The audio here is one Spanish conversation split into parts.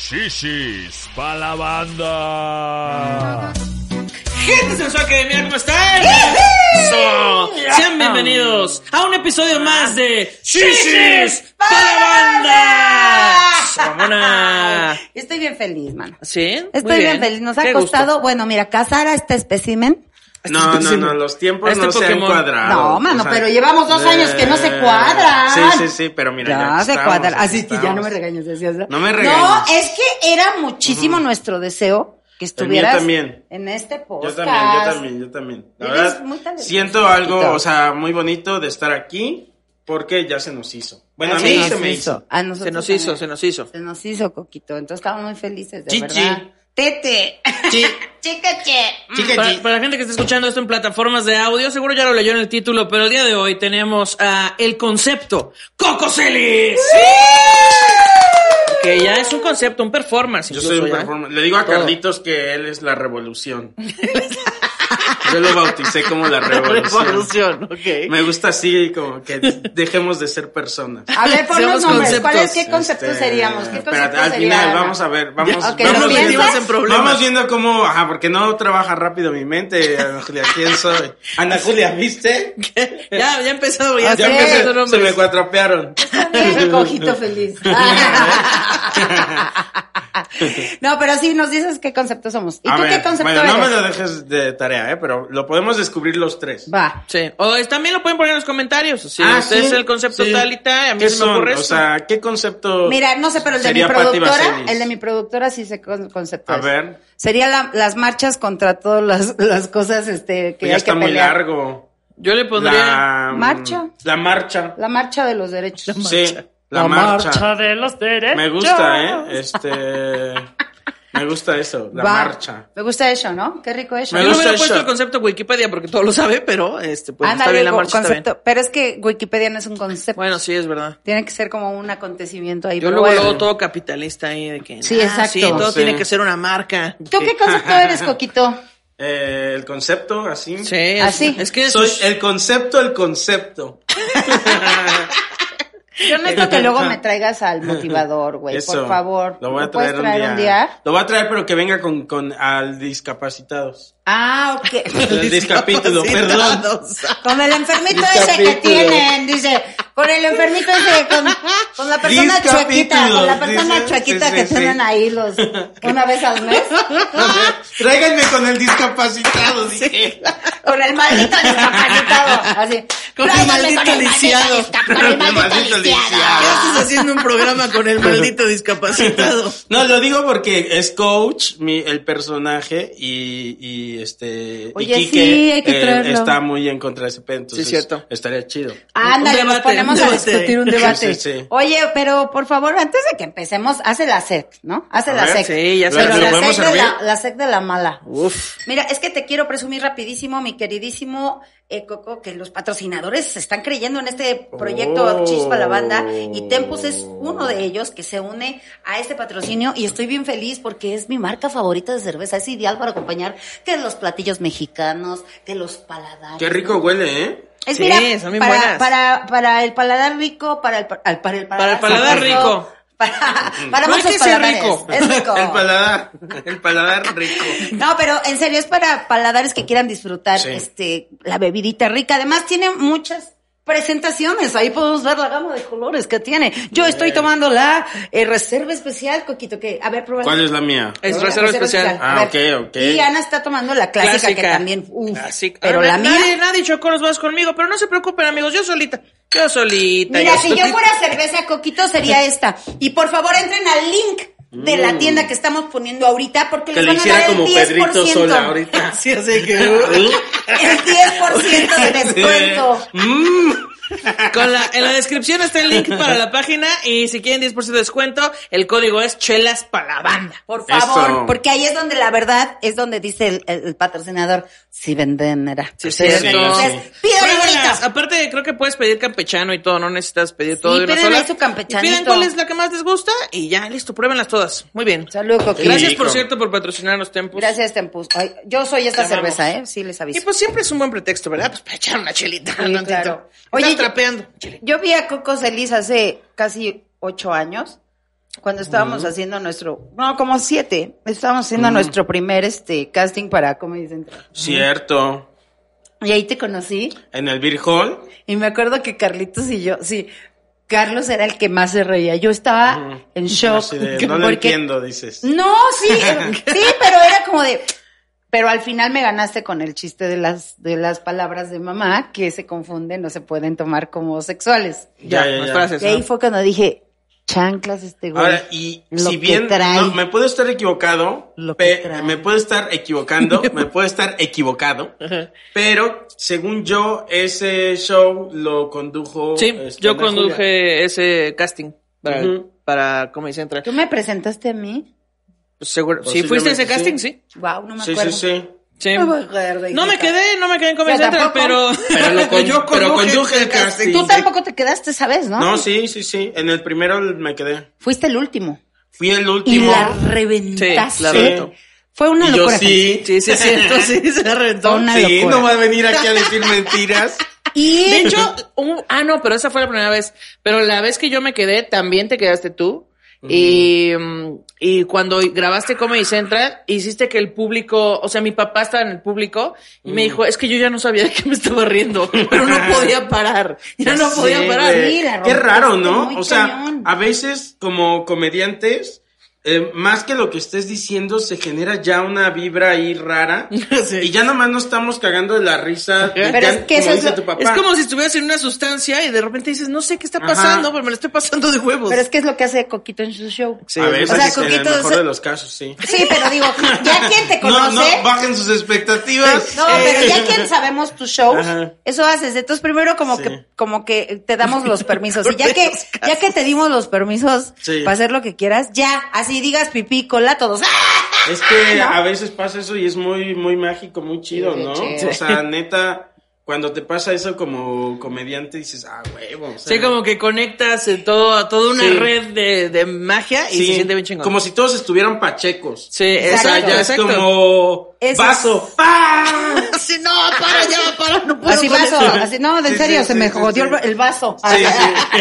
Shishis pa' la banda. Gente sensual que mira cómo están. Eso. Sean bienvenidos a un episodio más de Shishis para banda. Samona. Estoy bien feliz, mano. ¿Sí? Muy Estoy bien. feliz. Nos ha Qué gusto. costado, bueno, mira, cazar a este espécimen. No, no, no, los tiempos Este no se han Pokémon. cuadrado. No, mano, pero llevamos dos años que no se cuadran. Sí, sí, sí, pero mira, ya, Ya aquí se estamos, cuadra. aquí Así que ya no estamos. me regañes, decías. ¿verdad? No me regañes. No, es que era muchísimo nuestro deseo que estuvieras también. en este Yo podcast. también, yo también, yo también. La Eres verdad, muy talentoso, siento algo, chiquito. o sea, muy bonito de estar aquí porque ya se nos hizo. Bueno, a Ya mí nos se me hizo. Mm, hizo. A nosotros Se nos hizo, también. se nos hizo. Se nos hizo, Coquito. Entonces estamos muy felices, de Chichi. verdad. Tete. Sí, Chica, che. chica, Para, sí. para la gente que está escuchando esto en plataformas de audio, seguro ya lo leyó en el título, pero el día de hoy tenemos a el concepto Coco Celis. Que ya es un concepto, un performance. Yo incluso, soy un ¿ya? performer. Le digo a Todo. Carlitos que él es la revolución. Yo lo bauticé como la revolución. Revolución, ok. Me gusta así, como que dejemos de ser personas. A ver, pon los Seamos nombres. ¿Cuáles, conceptos. qué conceptos Este, seríamos? ¿Qué espérate, conceptos al final, serían? vamos a ver, vamos, Ya, ok, vamos, ¿lo viendo, piensas? en problemas. vamos viendo cómo, ajá, porque no trabaja rápido mi mente, Ana Julia, ¿quién soy? Ana Julia, ¿viste? Pues Ya, ya empezó, ya, Ok. Ya están empecé, los se nombres. me cuatropearon. El cojito feliz. no, pero sí, nos dices qué concepto somos. ¿Y A tú ver, qué concepto bueno, no me eres? lo dejes de tarea, eh, pero lo podemos descubrir los tres. Va. Sí. O es- también lo pueden poner en los comentarios. Si Ah, usted sí, este es el concepto sí. tal y tal, a mí ¿Qué se me son? ocurre O esto. sea, ¿qué concepto? Mira, no sé, pero el de mi Sería Patti productora, Vaselis. el de mi productora sí se con- concepto. A es. ver. pues Sería la- las marchas contra todas las, las cosas este, que hay ya que está muy pelear. largo. Yo le pondría. La mm, Marcha. La marcha. La marcha de los derechos. Sí, la, marcha. de los derechos. Me gusta, ¿eh? Este. me gusta eso, la Va. marcha. Me gusta eso, ¿no? Qué rico eso. Me Yo no gusta hubiera el puesto shot. el concepto Wikipedia porque todo lo sabe, pero este, pues Ándale, está bien la go- marcha. Está bien. concepto. Pero es que Wikipedia no es un concepto. Bueno, sí, es verdad. Tiene que ser como un acontecimiento ahí. Yo pero luego bueno. luego todo capitalista ahí de que. Sí, ah, exacto. Sí, todo Sí. tiene que ser una marca. ¿Tú qué concepto eres, Coquito? Eh, el concepto, así. Sí, es- Así. Es que Soy pues, el concepto, el concepto. Yo necesito que luego me traigas al motivador, güey, Eso. por favor. Lo voy a ¿Lo puedes traer, un, día. un día? Lo voy a traer, pero que venga con, con al discapacitados. Ah, ok. El discapítulo, perdón. Con el enfermito ese que Discapítulo. tienen, dice. Con el enfermito ese, con, con la persona chuequita, con la persona Discapítulos, dice. chuequita Sí, que sí, sí. tienen ahí los, una vez al mes. Tráiganme con el discapacitado, dije. Con el maldito discapacitado, así. Con el Tráiganme maldito lisiado. disca- Con el maldito lisiado. Estás haciendo un programa con el maldito discapacitado. No, lo digo porque es coach, mi, el personaje, y, y este. Oye, y sí, Quique hay que eh, traerlo. está muy en contra de ese pedo. entonces Sí, cierto. Estaría chido. Ándale, Un nos debate, ponemos un a debate. discutir un debate. Sí, sí, sí. Oye, pero por favor, antes de que empecemos, hace la SEC, ¿no? Hace A la ver, SEC. sí, ya sé. Pero ¿Lo la podemos SEC, de la, servir? la SEC de la mala. Uf. Mira, es que te quiero presumir rapidísimo, mi queridísimo eh, Coco, que los patrocinadores se están creyendo en este proyecto Oh. Chispa la Banda y Tempus es uno de ellos que se une a este patrocinio y estoy bien feliz porque es mi marca favorita de cerveza, es ideal para acompañar que los platillos mexicanos, que los paladares. Qué rico huele, ¿eh? Es Sí, mira, son bien para, buenas. para, para el paladar rico, para el, pa- al- para el Para el paladar, paladar sabroso, rico. Mm. Para, para No es muchos que sea paladares. rico. Es rico. El paladar, el paladar rico. No, pero en serio es para paladares que quieran disfrutar Sí. este la bebidita rica. Además tiene muchas presentaciones. Ahí podemos ver la gama de colores que tiene. Yo estoy tomando la eh, reserva especial, Coquito, que a ver, prueba. ¿Cuál es la mía? Es La reserva especial. Ah, A ver. ok, ok. Y Ana está tomando la clásica, que también, uf, Clásica. pero Ah, la nadie- mía Nadie, nadie chocó los vasos conmigo, pero no se preocupen, amigos. Yo solita. Yo solita. Mira, yo si yo solita. fuera cerveza coquito sería esta. Y por favor entren al link de la tienda que estamos poniendo ahorita porque Mm. Que les le van a hiciera dar el como 10%. Pedrito Sola ahorita. Sí, así que. El 10% de descuento. Mm. Con la, en la descripción está el link para la página y si quieren 10% de descuento, el código es chelas para la banda. Por favor, Eso. porque ahí es donde la verdad es donde dice el, el- el patrocinador, si venden, era. Sí, es Sí, cierto. sí, Entonces, sí. pídale Pruébenlas. ahorita. Aparte, creo que puedes pedir campechano y todo, no necesitas pedir todo Sí, de una piden sola. ahí su campechanito. Y Piden cuál es la que más les gusta y ya, listo, pruébenlas todas. Muy bien. Salud, coquito. Gracias, Sí, por hijo. cierto, por patrocinarnos Tempus. Gracias, Tempus. Ay, yo soy esta Te amamos. cerveza, ¿eh? Sí, les Y aviso. pues siempre es un buen pretexto, ¿verdad? Pues para echar una chelita. Sí, ¿no? claro. Oye, Oye, yo- trapeando. chile. Yo vi a Coco Celis hace casi ocho años. cuando estábamos haciendo nuestro, no, como siete, estábamos haciendo nuestro primer este casting para Comedy Central. Cierto. Y ahí te conocí. En el Beer Hall. Y me acuerdo que Carlitos y yo, sí, Carlos era el que más se reía. Yo estaba Ujú. en shock. Mm, Así de, que- no lo porque- entiendo, dices. No, sí, eh, sí, pero era como de. Pero al final me ganaste con el chiste de las, de las palabras de mamá que se confunden, no se pueden tomar como sexuales. Ya, ya, las ya. frases, Y ahí ¿no? fue cuando dije, chanclas este güey. Este Ahora, y lo si que bien trae. no, me puedo estar equivocado, Lo que pe- trae. me puedo estar equivocando, me puedo estar equivocado, pero según yo, ese show lo condujo. Sí, este, yo Ana conduje Julia. ese casting para, Ujú. para Comedy Central. ¿Tú me presentaste a mí? Seguro, Pues si sí, fuiste a yo me- ese casting, sí. sí. Wow, no me Sí, acuerdo. sí, sí. Sí. No me acuerdo, No me hijita. quedé, no me quedé en Comedy Yo Central, Ah, tampoco. pero... Pero, lo con- Yo pero conduje conduje el casting. Tú tampoco te quedaste esa vez, ¿no? No, sí, sí, sí. En el primero me quedé. Fuiste el último. Fui el Y último. la reventaste. Sí, la reventó. Fue una Y yo locura. sí. Sí, sí, sí, entonces sí, se reventó. Fue una sí, locura. no va a venir aquí a decir mentiras. Y De hecho, un- ah, no, pero esa fue la primera vez. Pero la vez que yo me quedé, también te quedaste tú. Y, mm, y cuando grabaste Comedy Central, hiciste que el público, o sea, mi papá estaba en el público y Mm. me dijo, es que yo ya no sabía de qué me estaba riendo, pero no podía parar, ya no podía Sí, parar. güey. Mira, Qué rompiste raro, ¿no? muy O sea, cañón. a veces como comediantes, eh, más que lo que estés diciendo, se genera ya una vibra ahí rara. Sí. Y ya nomás nos estamos cagando de la risa. de- Pero ya, es que como eso es dice lo- tu papá. Es como si estuvieras en una sustancia y de repente dices, no sé qué está Ajá. pasando, pero me lo estoy pasando de pues huevos. Pero es que es lo que hace Coquito en su show. Sí, a veces, o sea, en el Coquito, mejor se- de los casos, sí. Sí, pero digo, ya quien te No, conoce. no, bajen sus expectativas. Eh, No, pero ya quien sabemos tus shows, Ajá. eso haces. Entonces, primero como Sí. que, como que te damos los permisos. Y ya que, ya que te dimos los permisos Sí. para hacer lo que quieras, ya, así digas pipí, cola, todos. ¡Ah! Es que a veces pasa eso y es muy, muy mágico, muy chido, Sí, ¿no? chido. O sea, neta, cuando te pasa eso como comediante dices, ah, huevo. o sea, Sí, como que conectas eh, todo, a toda una Sí. red de, de magia y sí, se siente bien chingón. Como si todos estuvieran pachecos. Sí, O sea, exacto, ya exacto. es como Eso vaso. ¡Ah! Sí, no, para, ya, para, no puedo. Así con vaso, esto. así, no, de Sí, en serio, sí, se sí, me sí, jodió sí. el vaso. Sí, sí.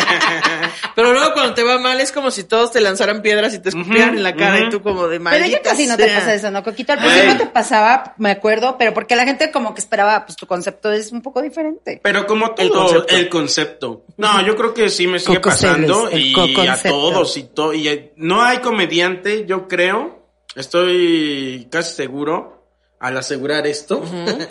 Pero luego cuando te va mal es como si todos te lanzaran piedras y te escupieran Ujú, en la cara ujú. y tú como de Pero maldita ya casi no te sea. pasa eso, ¿no, Coquito? Al Güey. principio te pasaba, me acuerdo, pero porque la gente como que esperaba, pues tu concepto es un poco diferente. Pero como todo El el concepto. concepto. No, yo creo que sí me sigue Coco pasando Celis, el y a co-concepto. todos y todo. Y eh, no hay comediante, yo creo, estoy casi seguro al asegurar esto,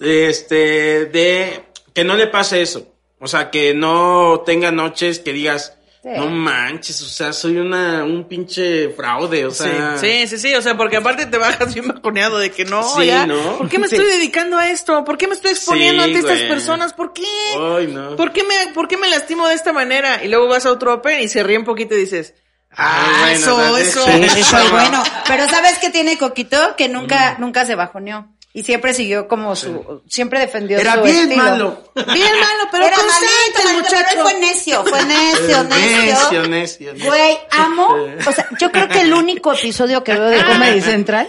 este, de que no le pase eso. O sea, que no tenga noches que digas, Sí. no manches, o sea, soy una, un pinche fraude, o Sí, sea. sí, sí, sí, o sea, porque aparte te bajas bien bajoneado de que no, Sí, ya, ¿no? ¿por qué me estoy dedicando a esto? ¿Por qué me estoy exponiendo Sí, ante estas güey. Oh. personas? ¿Por qué? Ay, no. ¿Por qué me, por qué me lastimo de esta manera? Y luego vas a otro open y se ríe un poquito y dices, ah, Ay, bueno, eso, dale. eso. Sí, Eso es bueno. Pero ¿sabes qué tiene Coquito? Que Mm. nunca, nunca se bajoneó. Y siempre siguió como su, siempre defendió Era su bien estilo. malo. Bien malo, pero Era constante, malito, malito, muchacho. pero él fue necio, fue necio, necio. necio, necio, necio. Güey, amo. O sea, yo creo que el único episodio que veo de Comedy Central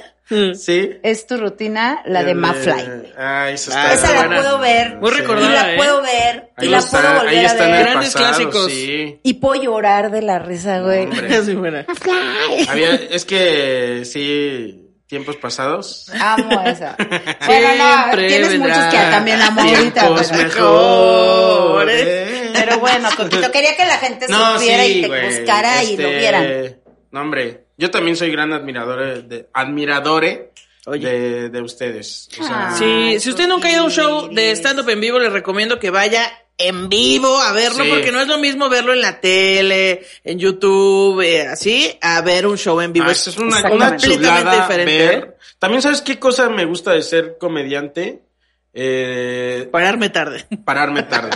Sí. es tu rutina, la de Mafly. Ah, eso Ah, está Esa la buena. puedo ver. Muy Y recordada, la ¿eh? puedo ver. Y Ahí la está, puedo ahí volver a están en el ver. Grandes pasado, clásicos. Sí. Y puedo llorar de la risa, güey. Hombre. Sí, buena. Había, es que sí, tiempos pasados. Amo esa. Bueno, no, Siempre tienes vendrá muchos que también amo ahorita. Tiempos pero- mejores. pues, Pero bueno, Coquito, quería que la gente No, supiera sí, y te güey, buscara y este, lo vieran. No, hombre, yo también soy gran admirador eh, de, admiradore de, de ustedes. O sea, Ah. Sí, si usted nunca ha ido a un show de Iris. stand-up en vivo, le recomiendo que vaya en vivo a verlo, Sí. porque no es lo mismo verlo en la tele, en YouTube, eh, así, a ver un show en vivo. Ah, eso es una, una Exactamente. Completamente chulada diferente, ¿eh? ver. También sabes qué cosa me gusta de ser comediante. Eh, Pararme tarde. pararme tarde.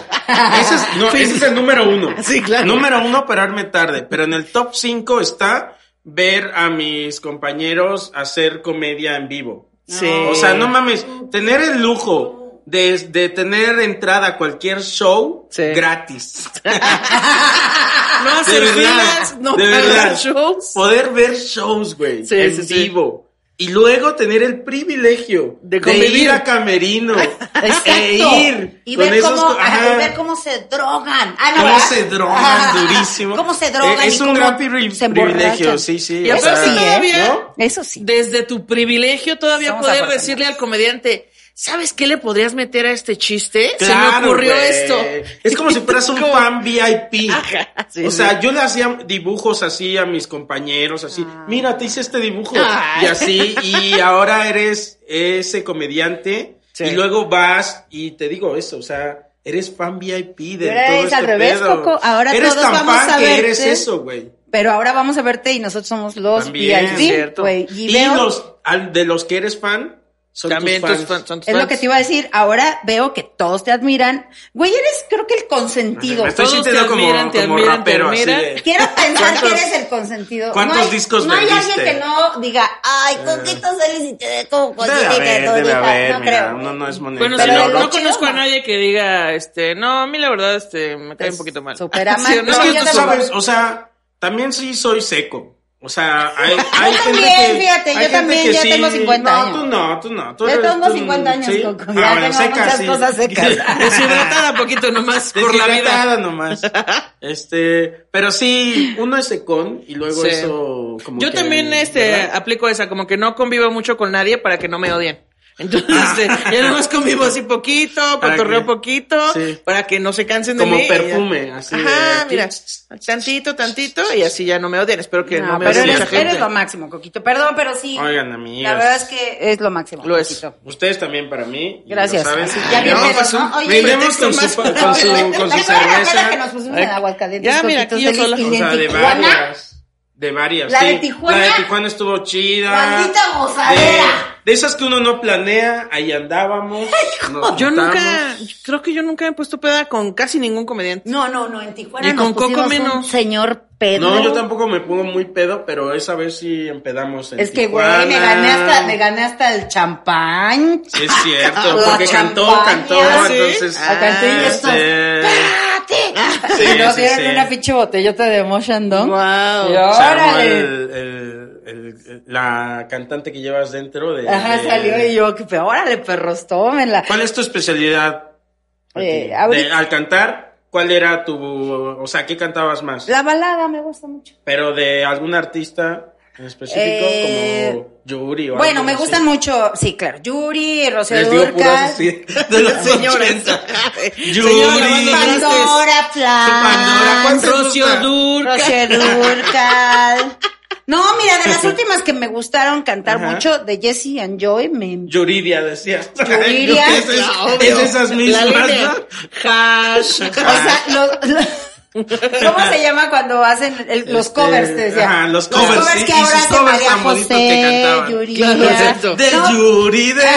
Ese es, no, ese es el número uno. Sí, claro. Número uno, pararme tarde. Pero en el top cinco está ver a mis compañeros hacer comedia en vivo. Sí. O sea, no mames, tener el lujo de, de tener entrada a cualquier show Sí. gratis. No hacer verdad, filas, no de hacer verdad. shows. Poder ver shows, güey, Sí, en sí, sí. vivo. Y luego tener el privilegio De de, convivir. ir a camerino e ir y con ver, esos cómo, co- ajá, y ver cómo se drogan. Ah, no, cómo ¿verdad? se Ah, drogan durísimo. Cómo se drogan. Eh, Es y un cómo gran pri- se privilegio, emborrachan. sí, sí. Y o Eso aparte sea, sí, ¿eh? todavía, ¿no? Eso sí. desde tu privilegio, todavía Somos poder afortunados. decirle al comediante, ¿sabes qué le podrías meter a este chiste? Se me Claro, ocurrió güey. esto. Es como si fueras un Como- fan VIP. sí, o sí. sea, yo le hacía dibujos así a mis compañeros, así, mira, te hice este dibujo. Ay. Y así, y ahora eres ese comediante. Sí. Y luego vas y te digo eso, o sea, eres fan VIP de Pero todo es este al revés, pedo. Coco, ahora eres todos tan vamos fan a que verte. eres eso, güey. Pero ahora vamos a verte y nosotros somos los También, VIP, ¿cierto? güey. Y, Y, veo- los al- de los que eres fan son También tus tus fans. fans, son tus es lo fans. que te iba a decir. Ahora veo que todos te admiran. Güey, eres creo que el consentido. Me estoy Todos te sintiendo como, admiran, te como admiran, te rapero así admiran. de- Quiero Pensar que ¿Cuántos- eres el consentido. cuántos no hay, discos No hay vendiste? alguien que no diga, ay, ¿con qué solicité como Pues Debe consentida haber, tu debe hija"? haber, No mira, creo. uno no es monedita Bueno, de sí, no, oro. no lo chido, conozco a ¿no? nadie que diga, este, no, a mí la verdad, este, me cae un poquito mal. Superaman. Sí, Es No, que yo tú tampoco. sabes, o sea, también sí soy seco. O sea, hay, hay Yo gente también, que. fíjate, hay yo gente también, que yo sí- tengo 50 no, años. tú no, tú no. Tú Yo eres- tengo tú- 50 años, sí. Coco, Ah, ya bueno, tengo seca, muchas sí. cosas secas. Deshidratada poquito nomás por la vida. Deshidratada nomás. Este, pero sí, uno es secón y luego Sí. eso como Yo que- también, este, ¿verdad? aplico esa, como que no convivo mucho con nadie para que no me odien. Entonces, este, ya nomás convivo así poquito, Ah. Para cotorreo que- poquito, sí. para que no se cansen de Como mí. y ya. perfume, así de Ajá, aquí. mira, tantito, tantito, y así ya no me odien. Espero que no, No, me pero odien mucha eres, gente. eres lo máximo, Coquito. Perdón, pero sí. Oigan, amigos. la verdad es que es lo máximo. Lo es. Coquito. Ustedes también para mí. y Gracias. lo saben. Así, ya bien Brindemos pedos, ¿no? con su- Oye, brindemos con su, pretexto con más. su, con su ¿Te acuerdas la cerveza. Eh, que nos pusimos en Aguascalientes? Ya, mira, aquí Coquitos yo Feliz? sola. Y O en sea, de Tijuana, varias. De varias. La de sí. Tijuana. La de Tijuana estuvo chida. Maldita gozadera. De, de esas que uno no planea, ahí andábamos. nos Yo juntamos. nunca, creo que yo nunca me he puesto peda con casi ningún comediante. No, no, no, en Tijuana Ni nos con Coco pusimos un menos. señor Pedro. No, yo tampoco me pongo muy pedo, pero esa vez sí empedamos en Es que, güey, Tijuana. me gané hasta, me gané hasta el champán. Sí, es cierto, La porque cantó, champaña. cantó, ¿Ah, sí? entonces. Ah, cantó y este, estos. ¡Espérate! sí, y luego sí, dieron sí. una pinche botellota de Motion Dong. Wow. Y Se armó el, órale. el- el- la cantante que llevas dentro de. Ajá, de- salió y yo, que pe- órale, perros, tómenla. ¿Cuál es tu especialidad? Eh, De- ahorita- al cantar, ¿cuál era tu. O sea, ¿qué cantabas más? La balada me gusta mucho. Pero de algún artista en específico, Eh, como Yuri o Bueno, algo me así. gustan mucho, sí, claro, Yuri, Rocío Les digo puras Durcal, así, de los señoras. Yuri, Pandora Pandora, Plan. ¿cuál te Rocio gusta? Durca. Rocío Durcal. No, mira, de las últimas que me gustaron cantar Ajá. mucho, de Jesse and Joy, me... Yuridia decías. Yuridia, es, es- es de esas mismas, La línea. ¿no? Hash. O sea, lo- lo- ¿cómo se llama cuando hacen el- los Este, covers? Te decía. ajá, los covers, sí, que y ahora sus hace covers María tan bonitos que José, cantaban. Yuridia. Claro, exacto. Ah, De Yuri, de.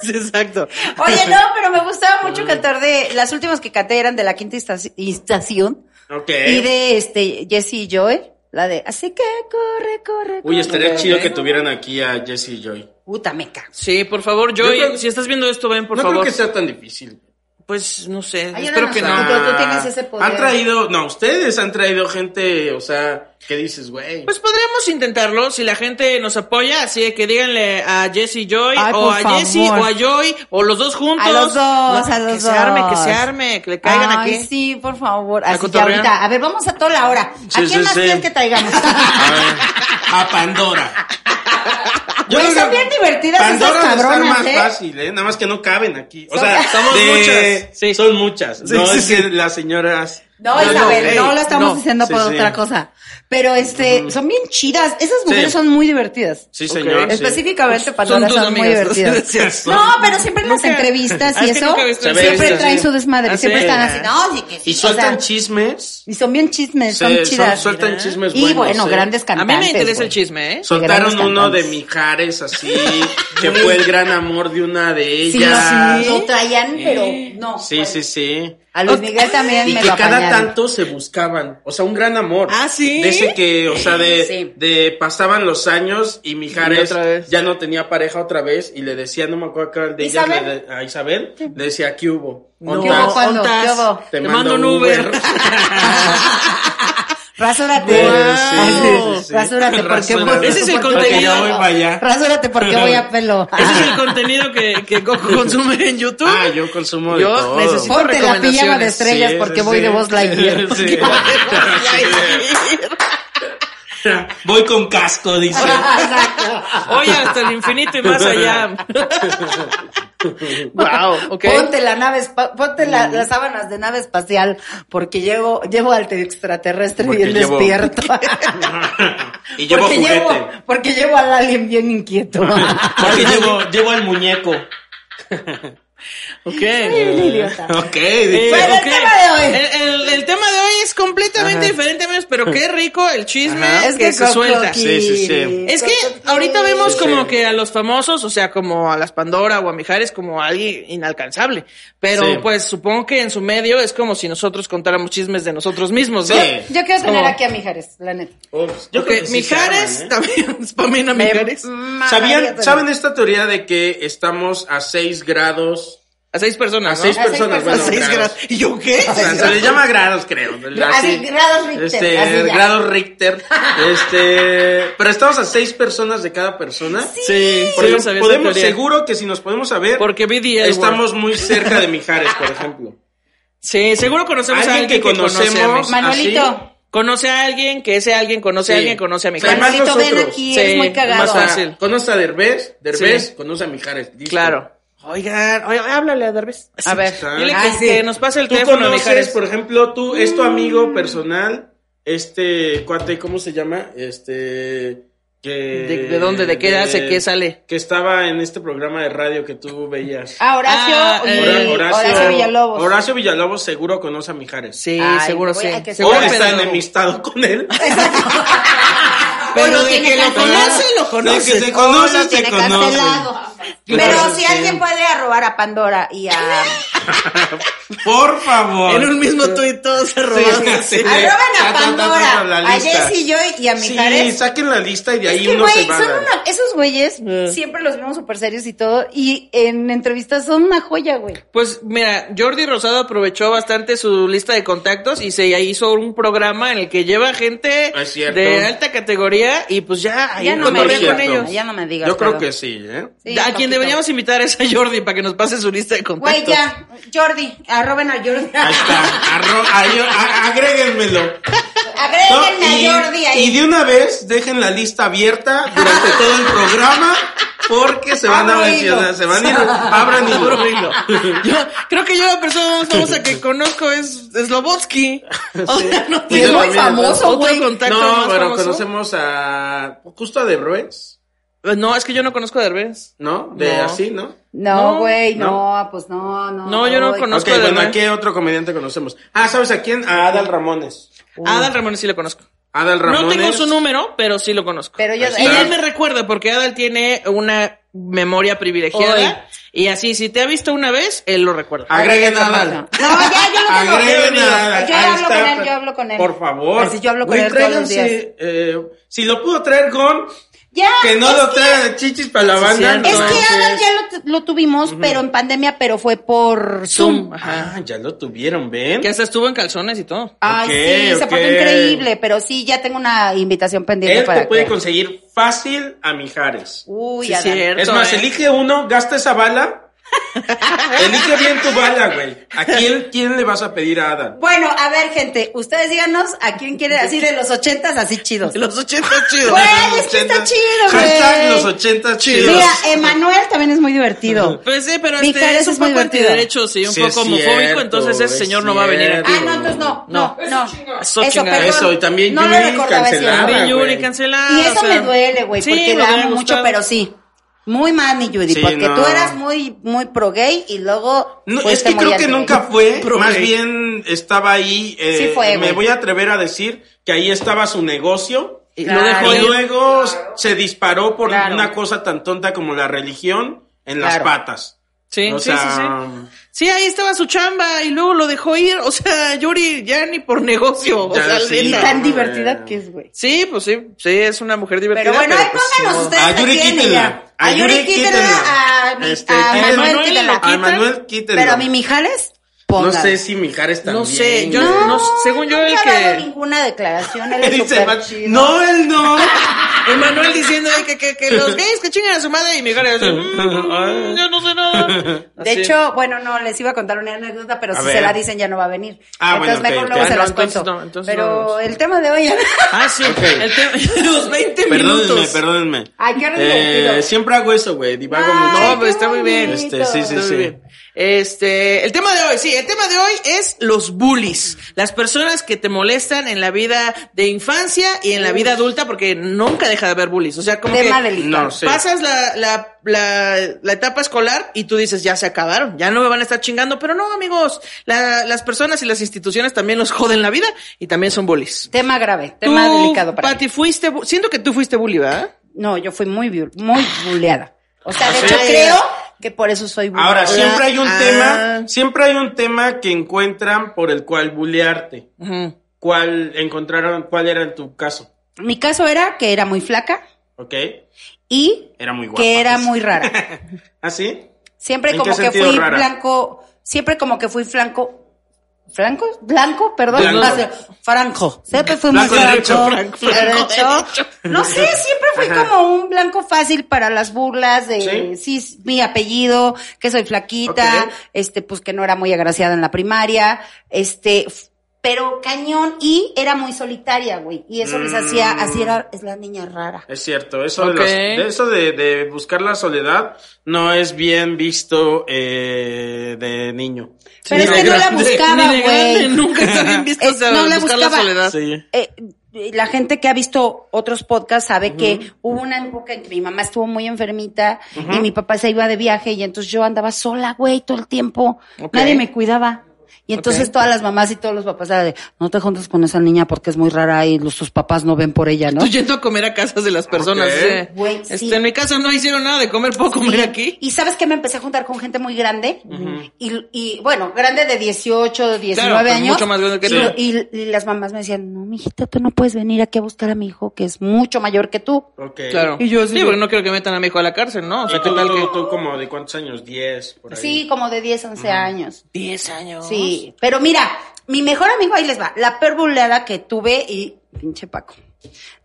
Sí, Exacto. Oye, no, pero me gustaba mucho cantar de. Las últimas que canté eran de la quinta Estaci- estación. Ok. Y de este Jesse y Joy. La de Así que corre, corre. Uy, corre, estaría corre". chido que tuvieran aquí a Jesse y Joy. Puta meca. Sí, por favor, Joy, Yo creo- si estás viendo esto, ven, por no favor. creo que sea tan difícil. Pues no sé, Hay espero una que O sea, no. nostalgia. Pero tú tienes ese poder. Ah, Han traído, no, ustedes han traído gente, o sea, ¿qué dices, güey? Pues podríamos intentarlo si la gente nos apoya, así de que díganle a Jesse Joy Ay, o por a Jesse favor. o a Joy o los dos juntos. A los dos, No, a los que se arme, que dos. se arme, que le caigan Ay, aquí. sí, por favor. Así que cotorrear? ahorita. A ver, vamos a toda la hora. ¿A Sí, quién sí, más sí. quieres que traigamos? A, ver, a Pandora. Yo Güey, creo son que bien divertidas Pandora esas va a estar cabronas, más ¿eh? fácil, ¿eh? Nada más que no caben aquí. O Son- sea, Somos muchas, sí. Son muchas. Sí, no, sí, es sí. que las señoras. No, Isabel, ey, no lo estamos no. diciendo Sí, por sí. otra cosa. Pero este, son bien chidas. Esas mujeres Sí. son muy divertidas. Sí, señor. sí. Específicamente Son Pandora tus son muy amigas. divertidas. Gracias. No, pero siempre en las Nunca- entrevistas y Es que eso nunca he visto Se ve siempre eso, traen sí. su desmadre, Ah, siempre sí. están así, no, sí que sí, Y o sueltan sea, chismes. y son bien chismes, Se- son son- chidas. sueltan mira. chismes y buenos, bueno, ¿eh? grandes A cantantes. mí me interesa el güey. chisme, ¿eh? Soltaron grandes uno de cantantes. Mijares así, que fue el gran amor de una de Sí, lo, ellas. sí, lo traían, pero no. Sí, sí, sí. A Luis Miguel también pues. Y me que lo cada apañaron. tanto se buscaban. O sea, un gran amor. Ah, ¿sí? De ese que, o sea, de, Sí. de pasaban los años y Y Mijares otra vez. ya no tenía pareja otra vez y le decía, no me acuerdo cuál de ellas, ¿Isabel? le de- a Isabel, le decía, ¿qué hubo? No, ¿Qué hubo, ¿Ontas? Juan? ¿Cuándo? ontas. ¿Qué hubo? Te, mando un Uber. Rasúrate. Wow. Sí, sí, sí. Rasúrate porque Rasúrate. voy- Ese es el porque contenido. voy a- Yo voy para allá. Rasúrate porque voy a pelo. Ah, Ese es el contenido que, que Coco consume en YouTube. Ah, yo consumo de Yo todo. necesito- Ponte la pijama de recomendaciones. estrellas Sí, porque sí, voy sí. de voz Lightyear. Porque- Sí. Voy con casco, dice. Oye, hasta el infinito y más allá. wow, ok. Ponte la nave, espa- ponte Mm. la- las sábanas de nave espacial porque llevo, llevo al extraterrestre Porque bien llevo- despierto. Y llevo porque, juguete. llevo, porque llevo al alien bien inquieto. Porque llevo, llevo al muñeco. Ok. Un idiota. Ok, Eh, dice. Bueno, el ok. tema de hoy. El, el- el tema de hoy es completamente diferente, amigos, pero qué rico el chisme Ajá. que, se Coco suelta. Kid. Sí, sí, sí. Es que Coco ahorita Kid. vemos Sí, como sí. que a los famosos, o sea, como a las Pandora o a Mijares, como a alguien inalcanzable. Pero Sí. pues supongo que en su medio es como si nosotros contáramos chismes de nosotros mismos, ¿no? Sí. Yo quiero tener Como- aquí a Mijares, la neta. Ups, Yo creo que sí se Mijares arman, ¿eh? también, Pamina Mijares. ¿Sabían, ¿Saben esta teoría de que estamos a 6 grados? A seis A personas, ¿no? 6 seis personas, A bueno, personas. seis grados. grados. ¿Y yo qué? O sea, se les llama grados, creo. Así, grados Richter, Este, así ya. grados Richter. Este, pero estamos a 6 personas de cada persona. Sí, Por sí, ejemplo, yo sabía esa podemos, teoría. seguro que si nos podemos saber, Porque vi The L estamos muy cerca de Mijares, por ejemplo. Sí, seguro conocemos a alguien que, conocemos. Manuelito. así. Conoce a alguien, que ese alguien conoce a Sí. alguien, conoce a mi O sea, cara. más Manuelito, ven nosotros. aquí, Sí, eres muy más cagado. Ah, fácil. Conoce a Derbez, Derbez Sí. conoce a Mijares. listo. Claro. Oigan, oye, háblale a Derbez. A ver. Dile Ah, que, sí. que nos pase el Tú teléfono a mi conoces, Jares. por ejemplo, tú, es tu amigo personal, este cuate, ¿cómo se llama? Este. Que, ¿De, de dónde? ¿De qué hace? ¿Qué sale? Que estaba en este programa de radio que tú veías. Ah, Horacio Ah, y eh, Hora- Horacio, Villalobos. Horacio Villalobos seguro conoce a Mijares. Sí, Ay, seguro voy sí. a que O Seguro, se- está pero- enemistado con él. Pero Lo de tiene que lo cancelado. conoce, lo De que conoce. se conoce, Lo se tiene conoce. cancelado. Claro, Pero si sí. alguien puede arrobar a Pandora y a... Por favor. En un mismo tuit todos se roban. sí. Arroben Ta, ta, a ta, ta, ta, la Pandora, a lista. Jesse Joy y a Sí, Mijares. saquen la lista y de ahí Es que, uno se güey, va a son dar. una- Esos güeyes Mm. siempre los vemos súper serios y todo. Y en entrevistas son una joya, güey. Pues mira, Jordi Rosado aprovechó bastante su lista de contactos y se hizo un programa en el que lleva gente Es cierto. de alta categoría y pues ya ahí Ya no me cotorrea con digas, ellos. ya no me digas. Yo creo pero- que sí, ¿eh? Sí, a poquito. quien deberíamos invitar es a Jordi para que nos pase su lista de contactos. Güey, ya. Jordi, arroben a Jordi. Ahí está. Arro- ahí- a- agréguenmelo. No, Agréguenme y, a Jordi ahí. y de una vez dejen la lista abierta durante todo el programa porque se van a Abro mencionar, hilo. se van a ir, abran Abro hilo. hilo. Yo- creo que yo la persona más famosa que conozco es Slobotsky. O sea, no Y es tiene- muy famoso, otro güey. contacto No, más pero famoso. conocemos a justo a de Ruiz, Pues No, es que yo no conozco a Derbez. ¿no? De No. así, ¿no? No, No, güey, no, no. pues no, no. No, yo no güey. conozco. ok, a bueno, ¿a Derbez. qué otro comediante conocemos? Ah, ¿sabes a quién? A Adal Ramones. Adal Ramones sí lo conozco. Adal Ramones. No tengo su número, pero sí lo conozco. Pero yo. Ahí Y está. él me recuerda porque Adal tiene una memoria privilegiada y así si te ha visto una vez, él lo Ah. recuerda. Agreguen a Adal. No, ya, yo lo conozco. Agreguen a Adal. Yo Ahí hablo está. con él, yo hablo con él. Por favor. Así yo hablo con Güey, él todos los tráiganse, días. eh, si lo pudo traer con, Ya, que no es lo que- traigan chichis para la Sí, banda. cierto. Es que Entonces- Adal ya lo, tu- lo tuvimos, pero en pandemia, pero fue por Zoom. Zoom. Ajá. Ah, ya lo tuvieron, ¿ven? Que hasta estuvo en calzones y todo. Ay, Ah, sí, Ok, se ok. portó increíble, pero sí, ya tengo una invitación pendiente Él para te puede que- conseguir fácil a Mijares. Uy, Sí, Adal. cierto, es más, ¿eh? elige uno, gasta esa bala. elige bien tu bala, güey. ¿A quién, quién le vas a pedir a Adam? Bueno, a ver, gente, ustedes díganos a quién quieren, así de los ochentas, así chidos. De Los 80 chido. Güey, es que está chido, güey. Hashtag los 80 chidos. Mira, eh, Emanuel también es muy divertido. Pues sí, pero este Mijares es un es muy poco divertido. antiderechos y un Sí, poco es homofóbico, cierto, entonces ese es señor no va a venir aquí. Ah, no, entonces no, no, no. Eso chingada. perdón, Eso, y también no lo Yuri recordaba ese cancelada. nombre. También Yuri güey. cancelada, Y eso o sea, me duele, güey, sí, porque me la hubiera amo mucho, gustado. pero sí. Muy mal, mi Judy, Sí, porque no. tú eras muy, muy pro gay y luego. No, es fuiste este que muy creo que anti-gay. nunca fue, Pro más gay. bien estaba ahí, eh, Sí fue, me güey. voy a atrever a decir que ahí estaba su negocio Y y, lo dejó ir. luego se disparó por Claro. una cosa tan tonta como la religión en las Claro. patas. Sí, O sí, sea, sí, sí. Sí, ahí estaba su chamba y luego lo dejó ir. O sea, Yuri ya ni por negocio. O Ya, sea, sí, Y neta. tan No, divertida güey. que es, güey. Sí, pues sí, sí, es una mujer divertida. Pero bueno, ahí pues, pónganos no. ustedes A Yuri a quién, quítenla. mira. A Yuri quítenla, a, mi- Este, a quítenla. Manuel Manuel quítenla. A Manuel quítenlo. Pero a mi Mijares, No Póngala. sé si Mijares también. No sé, yo no, según yo el nunca ha dado que ninguna declaración. Él Eres dice, súper chido. no, él no. Emanuel diciendo ay, que, que, que los gays que chingan a su madre y Mijares así, "Mm, yo no sé nada. De Así. hecho, bueno, no, les iba a contar una anécdota, pero A si ver. se la dicen ya no va a venir. Ah, bueno, entonces ok, mejor ok. luego Ah, se no, las entonces cuento. no, entonces pero no. el tema de hoy... Ah, sí, Ok. el tema- los 20 Perdónenme, minutos. perdónenme. Ay, qué Eh, divertido. Siempre hago eso, güey. Divago Ay, mucho. No, qué pero está muy bien. bonito. Este, sí, sí, Muy sí. bien. Este, el tema de hoy, sí, el tema de hoy es los bullies, las personas que te molestan en la vida de infancia y en la vida adulta, porque nunca deja de haber bullies. O sea, como Tema que delicado. No, sí. pasas la, la, la, la etapa escolar y tú dices, ya se acabaron, ya no me van a estar chingando, pero no, amigos, la- las personas y las instituciones también los joden la vida y también son bullies. Tema grave, tema Tú, delicado para mí. Pati, fuiste, bu- siento que tú fuiste bully, ¿verdad? No, yo fui muy, bu- muy buleada. O sea, de Ah, Sí. hecho creo que por eso soy buleada. Ahora, siempre hay un Ah. tema, siempre hay un tema que encuentran por el cual bulearte. ¿Cuál encontraron, cuál era en tu caso? Mi caso era que era muy flaca ¿Ok? y Era muy guapa. que era muy rara. ¿Ah, sí? Siempre ¿En como qué que sentido fui rara? blanco, siempre como que fui flanco. ¿Flanco? ¿Blanco? Perdón. Blanco. Franco. Franco. Siempre fui Blanco muy derecho, blanco, Franco. derecho. No sé, siempre fui Ajá. como un blanco fácil para las burlas de sí, es mi apellido, que soy flaquita, Ok. este, pues que no era muy agraciada en la primaria, este, f- pero cañón y era muy solitaria, güey. Y eso les hacía, Mm. así era, es la niña rara. Es cierto, eso, Ok. de, las- de eso de, de buscar la soledad no es bien visto eh, de niño. Pero es Ni que de no la grande. buscaba, Ni de grande, güey. Nunca está bien visto Es- o sea, no la buscar buscaba. la soledad. Sí. Eh, la gente que ha visto otros podcasts sabe que hubo una época en que mi mamá estuvo muy enfermita y mi papá se iba de viaje y entonces yo andaba sola, güey, todo el tiempo. Ok. Nadie me cuidaba. Y entonces Ok. todas las mamás y todos los papás eran de, no te juntes con esa niña porque es muy rara y los, tus papás no ven por ella, ¿no? Tú yendo a comer a casas de las personas. Ok. eh. Güey, Este, sí. En mi casa no hicieron nada de comer, puedo comer aquí. Y sabes que me empecé a juntar con gente muy grande y, y, bueno, grande de 18, 19 Claro, pues, años. mucho más grande que y, tú. lo- y- y las mamás me decían, no, mijita, tú no puedes venir aquí a buscar a mi hijo que es mucho mayor que tú. Ok. Claro. Y yo así sí, de- porque no quiero que metan a mi hijo a la cárcel, ¿no? O sea, ¿Y ¿qué tú, tal tú- que...? tú como de cuántos años? ¿Diez? Por ahí. Sí, como de 10, 11 años. 10 años. Sí, pero mira, mi mejor amigo, ahí les va, la peor buleada que tuve y pinche Paco.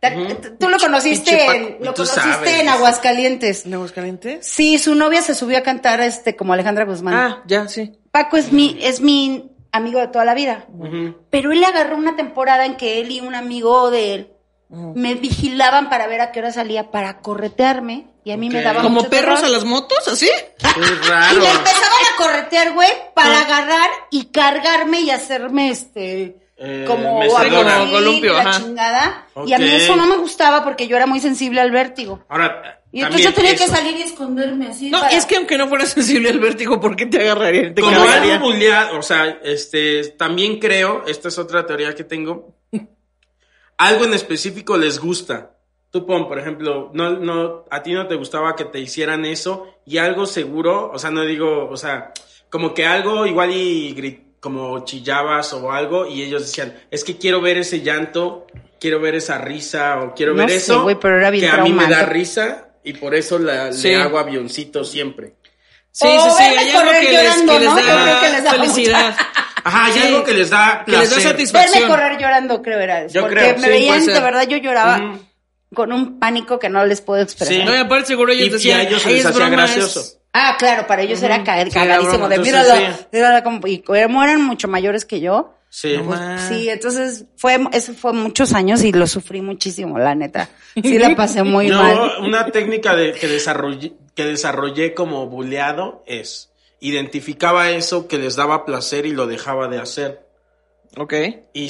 Ta- Tú lo conociste, Pinche Paco, en, lo tú conociste sabes. en Aguascalientes. ¿En Aguascalientes? Sí, su novia se subió a cantar este como Alejandra Guzmán. Ah, ya, sí. Paco es mi, es mi amigo de toda la vida. Pero él agarró una temporada en que él y un amigo de él Mm. me vigilaban para ver a qué hora salía para corretearme y a mí me Ok. daba ¿Como mucho perros terror. a las motos? ¿Así? Qué Y raro. me empezaban a corretear, güey, para Ah. agarrar y cargarme y hacerme este. Eh, como mecedora. algo Como así, columpio, la ajá. chingada. Y a mí Ok. eso no me gustaba porque yo era muy sensible al vértigo. Ahora, Y entonces yo tenía también que eso. salir y esconderme así. No, para- es que aunque no fuera sensible al vértigo, ¿por qué te agarrarían? Te Como cargarían. algo buleado, o sea, este, también creo, esta es otra teoría que tengo, algo en específico les gusta. Tú pon, por ejemplo, no, no, a ti no te gustaba que te hicieran eso y algo seguro, o sea, no digo, o sea, como que algo igual y gri- como chillabas o algo y ellos decían, es que quiero ver ese llanto, quiero ver esa risa o quiero No ver sé, eso güey, pero era bien que a mí me da traumante. risa y por eso la, Sí. le hago avioncito siempre. Sí, O sí, sí. verme Hay algo correr que les, llorando, que les ¿no? Yo creo da que les da mucha- felicidad. Ajá, hay Sí. algo que les da Que les da placer. satisfacción. Verme correr llorando, creo era. Yo porque creo, me sí, veían, puede ser. de verdad, yo lloraba Ujú. con un pánico que no les puedo expresar. Sí. No, y aparte seguro ellos Y- y a decían... ellos se les "Es hacía broma, es- gracioso". Ah, claro, para ellos era caer Sí, era cagadísimo broma, de entonces, mírala, sí. mírala como, y como eran mucho mayores que yo. Sí. No Pues, más. sí, entonces fue, eso fue muchos años y lo sufrí muchísimo, la neta. Sí, la pasé muy Yo, mal. una técnica de- que, desarrollé, que desarrollé como buleado es, identificaba eso que les daba placer y lo dejaba de hacer. Ok. Y,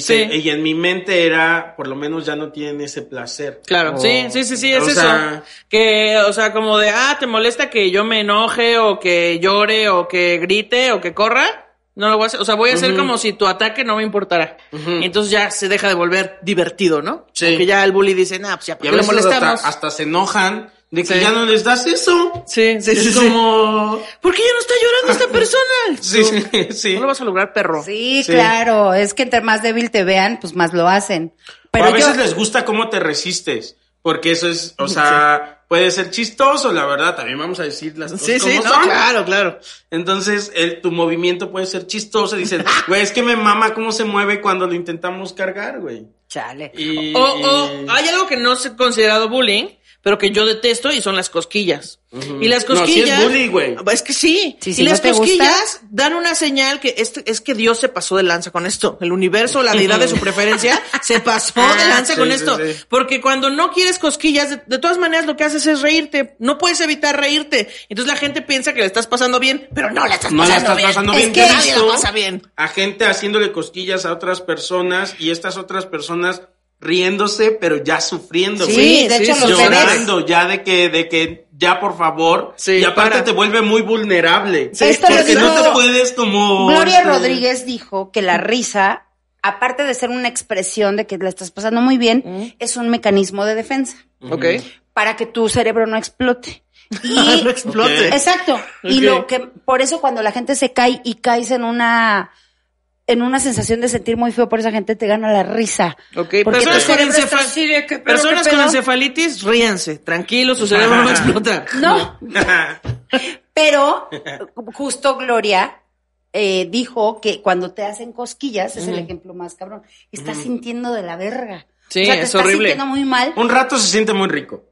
sí. se- y en mi mente era, por lo menos ya no tienen ese placer. Claro, O- sí, sí, sí, sí, es o eso. sea, que, o sea, como de, ah, te molesta que yo me enoje o que llore o que grite o que corra. No lo voy a hacer. O sea, voy a hacer como si tu ataque no me importara. Y entonces ya se deja de volver divertido, ¿no? Sí. Porque ya el bully dice, nah, pues ya, ¿por Y a qué le veces hasta, molestamos? hasta se enojan de que Sí. ya no les das eso. Sí, sí, sí. es sí. como... ¿Por qué ya no está llorando esta persona? Tú, Sí, sí, sí. No lo vas a lograr, perro. Sí, Sí. claro, es que entre más débil te vean, pues más lo hacen. O Pero a veces yo, les gusta cómo te resistes. Porque eso es, o sea, puede ser chistoso, la verdad, también vamos a decir las cosas Sí, sí, como no, Pues, son. claro, claro. Entonces, el, tu movimiento puede ser chistoso. Dicen, güey, es que me mama cómo se mueve cuando lo intentamos cargar, güey. Chale. Y, O, o hay algo que no se ha considerado bullying, pero que yo detesto y son las cosquillas. Y las No, sí es cosquillas. bullying, güey. Es que sí. Sí, y si no las te gusta. cosquillas dan una señal que es, es que Dios se pasó de lanza con esto. El universo, la deidad de su preferencia, se pasó Ah, de lanza Sí, con sí, esto. sí. Porque cuando no quieres cosquillas, de, de todas maneras lo que haces es reírte. No puedes evitar reírte. Entonces la gente piensa que le estás pasando bien, pero no la estás no la pasando estás bien. pasando Es bien. que Yo he nadie la visto pasa bien. A gente haciéndole cosquillas a otras personas y estas otras personas riéndose, pero ya sufriendo, Sí, güey. de hecho sí, los bebés. llorando ya de que, de que ya por favor. Sí, y aparte para. te vuelve muy vulnerable. Sí. Esto lo porque no dijo te puedes como. Gloria este, Rodríguez dijo que la risa, aparte de ser una expresión de que la estás pasando muy bien, es un mecanismo de defensa Ok. para que tu cerebro no explote. No Y explote. Exacto. Y Ok. lo que por eso cuando la gente se cae y caes en una en una sensación de sentir muy feo por esa gente te gana la risa. Ok, Porque personas tu con, cerebro está encefal- así de que, pero, personas ¿qué con pedo? encefalitis, ríanse, tranquilos, su cerebro no va a explotar. No. Pero justo Gloria eh, dijo que cuando te hacen cosquillas, es el ejemplo más cabrón, estás sintiendo de la verga. Sí, o sea, te es estás horrible. sintiendo muy mal. Un rato se siente muy rico.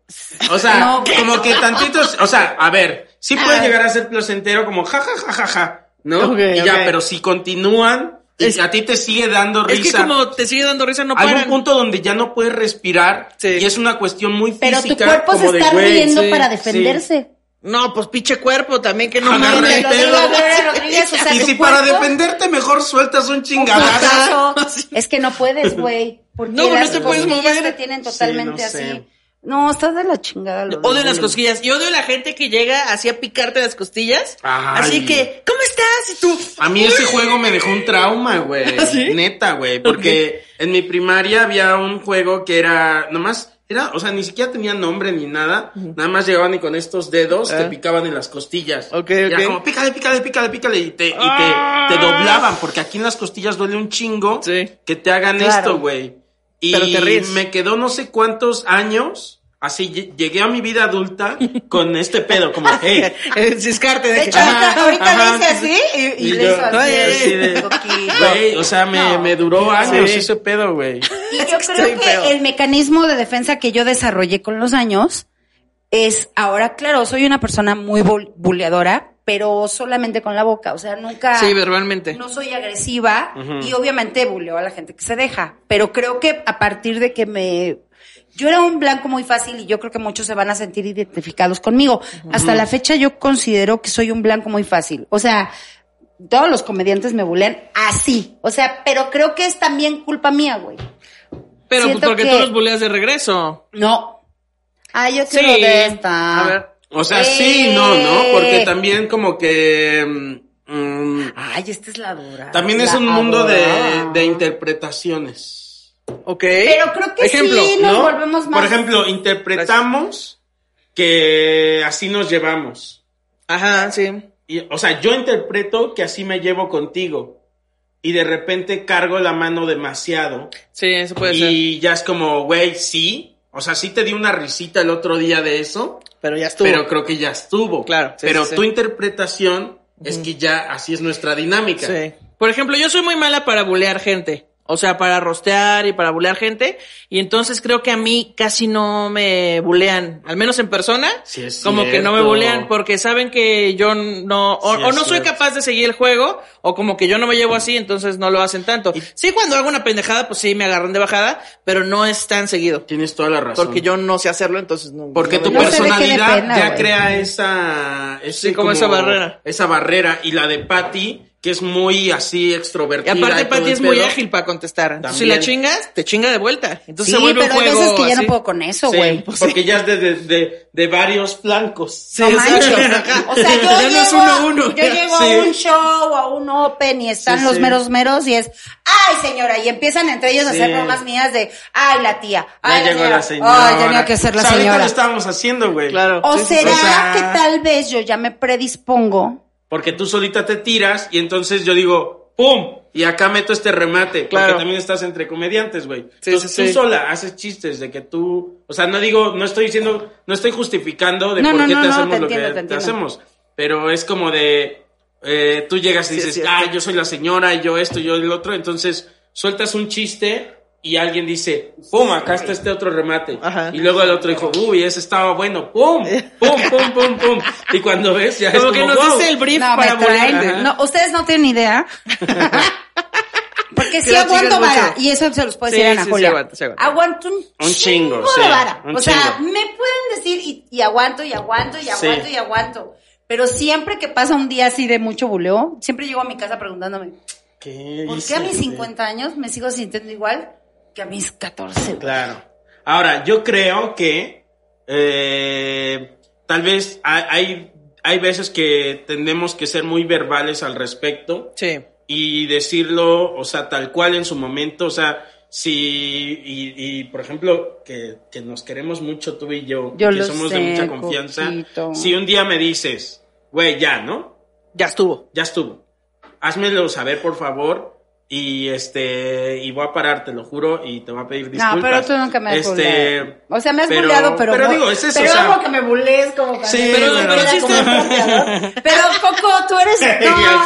O sea, No, Ah. güey. como que tantitos, o sea, a ver, sí puede llegar a ser placentero como ja ja ja ja ja, ¿no? Ok, y ya, ok. pero si continúan y Es- a ti te sigue dando Es risa. que como te sigue dando risa, no hay paran. un punto donde ya no puedes respirar Sí. y es una cuestión muy física. Pero tu cuerpo se como de, está güey, riendo sí, para sí. defenderse. No, pues pinche cuerpo también, que no Agarra mames. el Lo digo, pedo. Gloria Rodríguez, o sea, y tu si cuerpo- para defenderte mejor sueltas un Un chingadazo. putazo. Es que no puedes, güey. Porque No, no las te puedes cosquillas mover. te tienen totalmente Sí, no sé. así. No, estás de la chingada. Lola. Odio las cosquillas. Y odio a la gente que llega así a picarte las costillas. Ay. Así que, ¿cómo estás? Y tú. A mí ese juego me dejó un trauma, güey. ¿Ah, sí? Neta, güey. Porque en mi primaria había un juego que era. Nomás. Era, o sea, ni siquiera tenía nombre ni nada. Nada más llegaban y con estos dedos te Ah. picaban en las costillas. Ok, Y ok. Era como pícale, pícale, pícale, pícale. Y te, y te, Ah. te doblaban. Porque aquí en las costillas duele un chingo Sí. que te hagan Claro. esto, güey. Y Pero te ríes. me quedó no sé cuántos años. Así lle- llegué a mi vida adulta con este pedo, como, hey, Eh, Ciscarte de, De que- hecho, Ah, ahorita, ahorita ajá. le hice así y, y Y le yo, hizo así. ay, ay, así de, Coquito. Güey, o sea, me, me duró años ese pedo, güey. Y yo estoy creo que feo. el mecanismo de defensa que yo desarrollé con los años es ahora, claro, soy una persona muy bul- buleadora, pero solamente con la boca. O sea, nunca. Sí, verbalmente. Este. No soy agresiva y obviamente buleo a la gente que se deja. Pero creo que a partir de que me. Yo era un blanco muy fácil y yo creo que muchos se van a sentir identificados conmigo. Hasta la fecha yo considero que soy un blanco muy fácil. O sea, todos los comediantes me bulean así. O sea, pero creo que es también culpa mía, güey. Pero pues, siento porque que- tú los buleas de regreso. No. Ah, yo Sí. quiero de esta. A ver. O sea, Eh. sí y no, ¿no? Porque también como que... mm, mm, Ay, esta es la dura. también es La un mundo de, adorada. de interpretaciones. Ok. Pero creo que Ejemplo, sí nos ¿no? volvemos más. Por ejemplo, interpretamos que así nos llevamos. Ajá, sí. Y, o sea, yo interpreto que así me llevo contigo. Y de repente cargo la mano demasiado. Sí, eso puede ser. y ya es como, güey, sí. O sea, sí te di una risita el otro día de eso. Pero ya estuvo. Pero creo que ya estuvo. Claro, sí, pero sí, sí. tu interpretación es que ya así es nuestra dinámica. Sí. Por ejemplo, yo soy muy mala para bulear gente. O sea, para rostear y para bulear gente. Y entonces creo que a mí casi no me bulean. Al menos en persona. Sí, es como que no me cierto. bulean porque saben que yo no, o, Sí, o es no soy cierto. capaz de seguir el juego, o como que yo no me llevo así, entonces no lo hacen tanto. Y- Sí, cuando hago una pendejada, pues sí, me agarran de bajada, pero no es tan seguido. Tienes toda la razón. Porque yo no sé hacerlo, entonces no. Porque no tu me- No sé de qué personalidad dependa, ya güey. crea esa... ese Sí, como esa barrera. Esa barrera. Y la de Patty, que es muy así Y extrovertida. aparte, todo Pati el es muy pedo. ágil para contestar. Entonces, si la También. chingas, te chinga de vuelta. Entonces Sí, se vuelve pero un hay juego. veces que ya no así. pues, puedo con eso, Sí, güey. porque ya es de, de, de- de varios flancos. Sí, No exacto. manches. O sea, yo Ya llego, no es uno a uno. yo llego Sí. a un show, a un open y están Sí, los sí. meros meros y es, ay señora, y empiezan entre ellos a Sí. hacer bromas mías de, ay la tía, ay Ya llegó la señora. ay tenía que ser la O sea, ahorita señora. lo estábamos haciendo, güey. Claro. O Sí, sí, sí. será O sea- que tal vez yo ya me predispongo Porque tú solita te tiras y entonces yo digo, ¡pum! y acá meto este remate. Claro. Porque también estás entre comediantes, güey. Sí, Entonces sí, tú sí. sola haces chistes de que tú. O sea, no digo, no estoy diciendo, no estoy justificando de No, por no, qué no, te no, hacemos te lo entiendo, que te te, entiendo. hacemos. Pero es como de. eh, tú llegas Sí, y es dices, cierto. ah, yo soy la señora, y yo esto, yo el otro. Entonces sueltas un chiste y alguien dice, pum, acá está este otro remate. Ajá. Y luego el otro dijo, uy, ese estaba bueno, pum, pum, pum, pum, pum. Y cuando ves, ya es Como que nos "Wow". dice el brief No, para me traen. morir. No, ustedes no tienen idea. Porque sí Que la chingas aguanto vara. mucho. Y eso se los puede Sí, decir Ana sí, sí, Julia. aguanta, sí, aguanta. Aguanto un, Un chingo, chingo, sí, de vara. un o sea, chingo. me pueden decir y, y aguanto y aguanto y aguanto Sí. y aguanto. Pero siempre que pasa un día así de mucho buleo, siempre llego a mi casa preguntándome, ¿Qué ¿por qué hice, a mis güey? 50 años me sigo sintiendo igual que a mis 14? Claro. Ahora, yo creo que eh, tal vez hay, hay, hay veces que tenemos que ser muy verbales al respecto Sí. y decirlo, o sea, tal cual en su momento, o sea, si, y, y, por ejemplo, que, que nos queremos mucho tú y yo, Yo que lo somos de sé, mucha confianza, Coquito. si un día me dices, güey, ya, ¿no? Ya estuvo. ya estuvo. Házmelo saber, por favor. Y este, y voy a parar, te lo juro, y te voy a pedir disculpas. No, pero tú nunca me has buleado. este, O sea, me has pero- buleado, pero, pero no- digo, es eso, pero o sea- amo que me bulees como Sí, que- pero- que pero era sí como está- un golpeador. Pero Coco, tú eres no,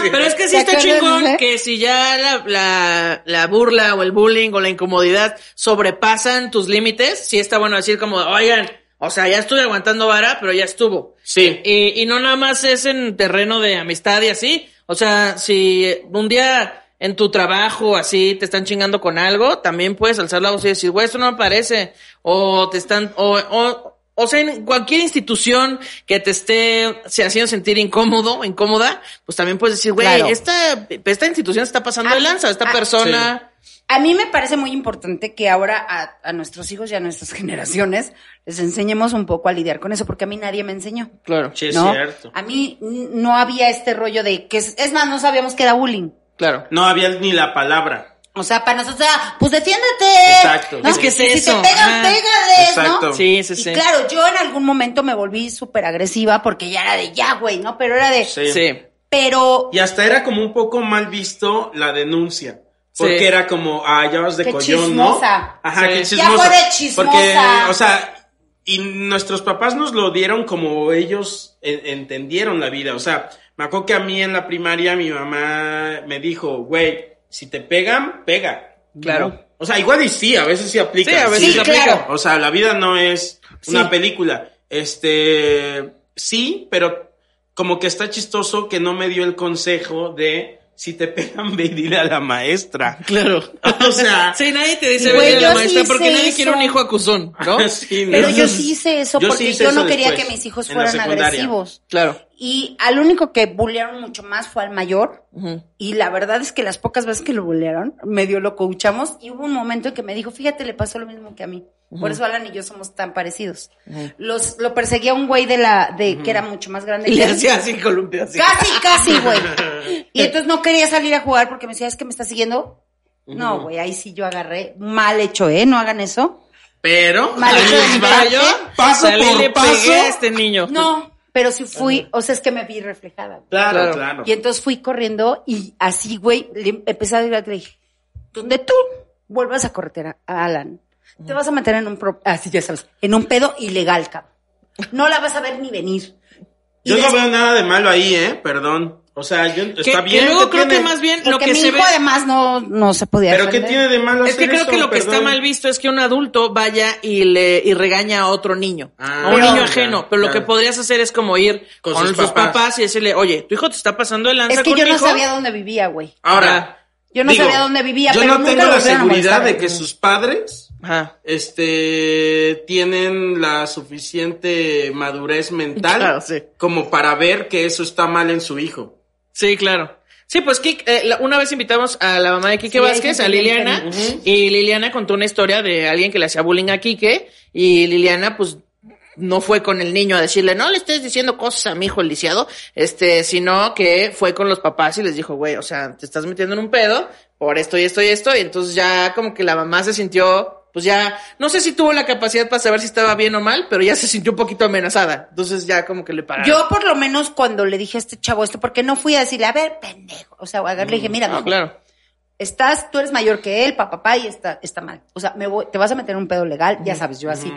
sí. Pero es que sí ¿Te está acuerdas, chingón eh? que si ya la, la, la burla o el bullying o la incomodidad sobrepasan tus límites, sí está bueno decir como, oigan, o sea, ya estuve aguantando vara, pero ya estuvo. Sí. Y, y no nada más es en terreno de amistad y así. O sea, si un día en tu trabajo así te están chingando con algo, también puedes alzar la voz y decir, güey, esto no me parece. O te están, o, o, o sea, en cualquier institución que te esté se haciendo sentir incómodo o incómoda, pues también puedes decir, güey, Claro. esta, esta institución se está pasando Ah, de lanza, esta ah, persona. A mí me parece muy importante que ahora a, a nuestros hijos y a nuestras generaciones les enseñemos un poco a lidiar con eso, porque a mí nadie me enseñó. Claro, Sí, es ¿no? cierto. A mí n- no había este rollo de que es, es más, no sabíamos que era bullying. claro. No había ni la palabra. O sea, para nosotros era, pues defiéndete. Exacto. ¿no? Es que es si eso, te pegan, ah. pégales, Exacto. ¿no? Sí, sí, sí. Y claro, yo en algún momento me volví súper agresiva porque ya era de ya, güey, ¿no? Pero era de, Sí. Sí. pero Y hasta era como un poco mal visto la denuncia. Sí. Porque era como, ah, ya vas de Qué collón, chismosa. ¿no? Ajá, Sí. Ya qué chismosa. fue de chismosa. Porque, o sea, y nuestros papás nos lo dieron como ellos en- entendieron la vida. O sea, me acuerdo que a mí en la primaria mi mamá me dijo, güey, si te pegan, pega. Claro. O sea, igual y sí, a veces sí aplica. Sí, a veces Sí, se aplica. claro. O sea, la vida no es una Sí. película. Este, sí, pero como que está chistoso que no me dio el consejo de si te pegan, ve y dile a la maestra. Claro. O sea, Sí, nadie te dice Güey, venir a la yo sí maestra hice porque nadie eso. quiere un hijo acusón, ¿no? Sí, Pero ¿no? yo sí hice eso Yo sí porque hice yo eso no quería después, que mis hijos en la fueran secundaria. agresivos. Claro. Y al único que bullearon mucho más fue al mayor. Ujú. Y la verdad es que las pocas veces que lo bullearon, medio lo coachamos. Y hubo un momento en que me dijo, fíjate, le pasó lo mismo que a mí. Por eso Alan y yo somos tan parecidos. Los, lo perseguía un güey de la, de que era mucho más grande. Y que le él. hacía así, columpio así. Casi, casi, güey. Y entonces no quería salir a jugar porque me decía, es que me está siguiendo. No, güey, ahí sí yo agarré. Mal hecho, ¿eh? No hagan eso. Pero, Mal hecho de mi Va yo, parte. Paso salí y por le paso. pegué a este niño. No, pero si fui, o sea, es que me vi reflejada. güey. claro, Claro. claro. Y entonces fui corriendo y así, güey, le empecé a decir, le dije, donde tú vuelvas a correter a Alan, te vas a meter en un, pro- así ya sabes, en un pedo ilegal, cabrón. No la vas a ver ni venir. Y Yo no des- veo nada de malo ahí, ¿eh? Perdón. O sea, yo, Que, está que bien. luego ¿qué creo que tiene? más bien lo Porque que mi se hijo ve. además no, no se podía Pero ¿qué defender. tiene de malo Es que hacer creo esto? que lo que está Perdón. mal visto es que un adulto vaya y le y regaña a otro niño, Ah, a un pero- niño ajeno. pero lo claro. que podrías hacer es como ir Con con, sus sus papás. papás. y decirle, oye, tu hijo te está pasando de lanza Es que con yo tu no hijo. sabía dónde vivía, güey. Ahora, Yo no sabía dónde vivía, Yo pero no nunca tengo lo la volvieron a seguridad molestar. de que sus padres Ajá. este tienen la suficiente madurez mental Claro, Ah, sí. como para ver que eso está mal en su hijo. Sí, claro. Sí, pues Kik, eh, la- una vez invitamos a la mamá de Quique Sí, hay Vázquez, gente a bien Liliana, cariñosa. Ujú. y Liliana contó una historia de alguien que le hacía bullying a Quique, y Liliana, pues, no fue con el niño a decirle, no le estés diciendo cosas a mi hijo el lisiado, este, sino que fue con los papás y les dijo, güey, o sea, te estás metiendo en un pedo por esto y esto y esto, y entonces ya como que la mamá se sintió, pues ya, no sé si tuvo la capacidad para saber si estaba bien o mal, pero ya se sintió un poquito amenazada, entonces ya como que le pararon. Yo por lo menos cuando le dije a este chavo esto, porque no fui a decirle, a ver, pendejo. O sea, agarré, le dije, mira, Ah, claro. estás, tú eres mayor que él, papá, papá, y está, está mal. O sea, me voy, te vas a meter en un pedo legal, ya sabes, yo así.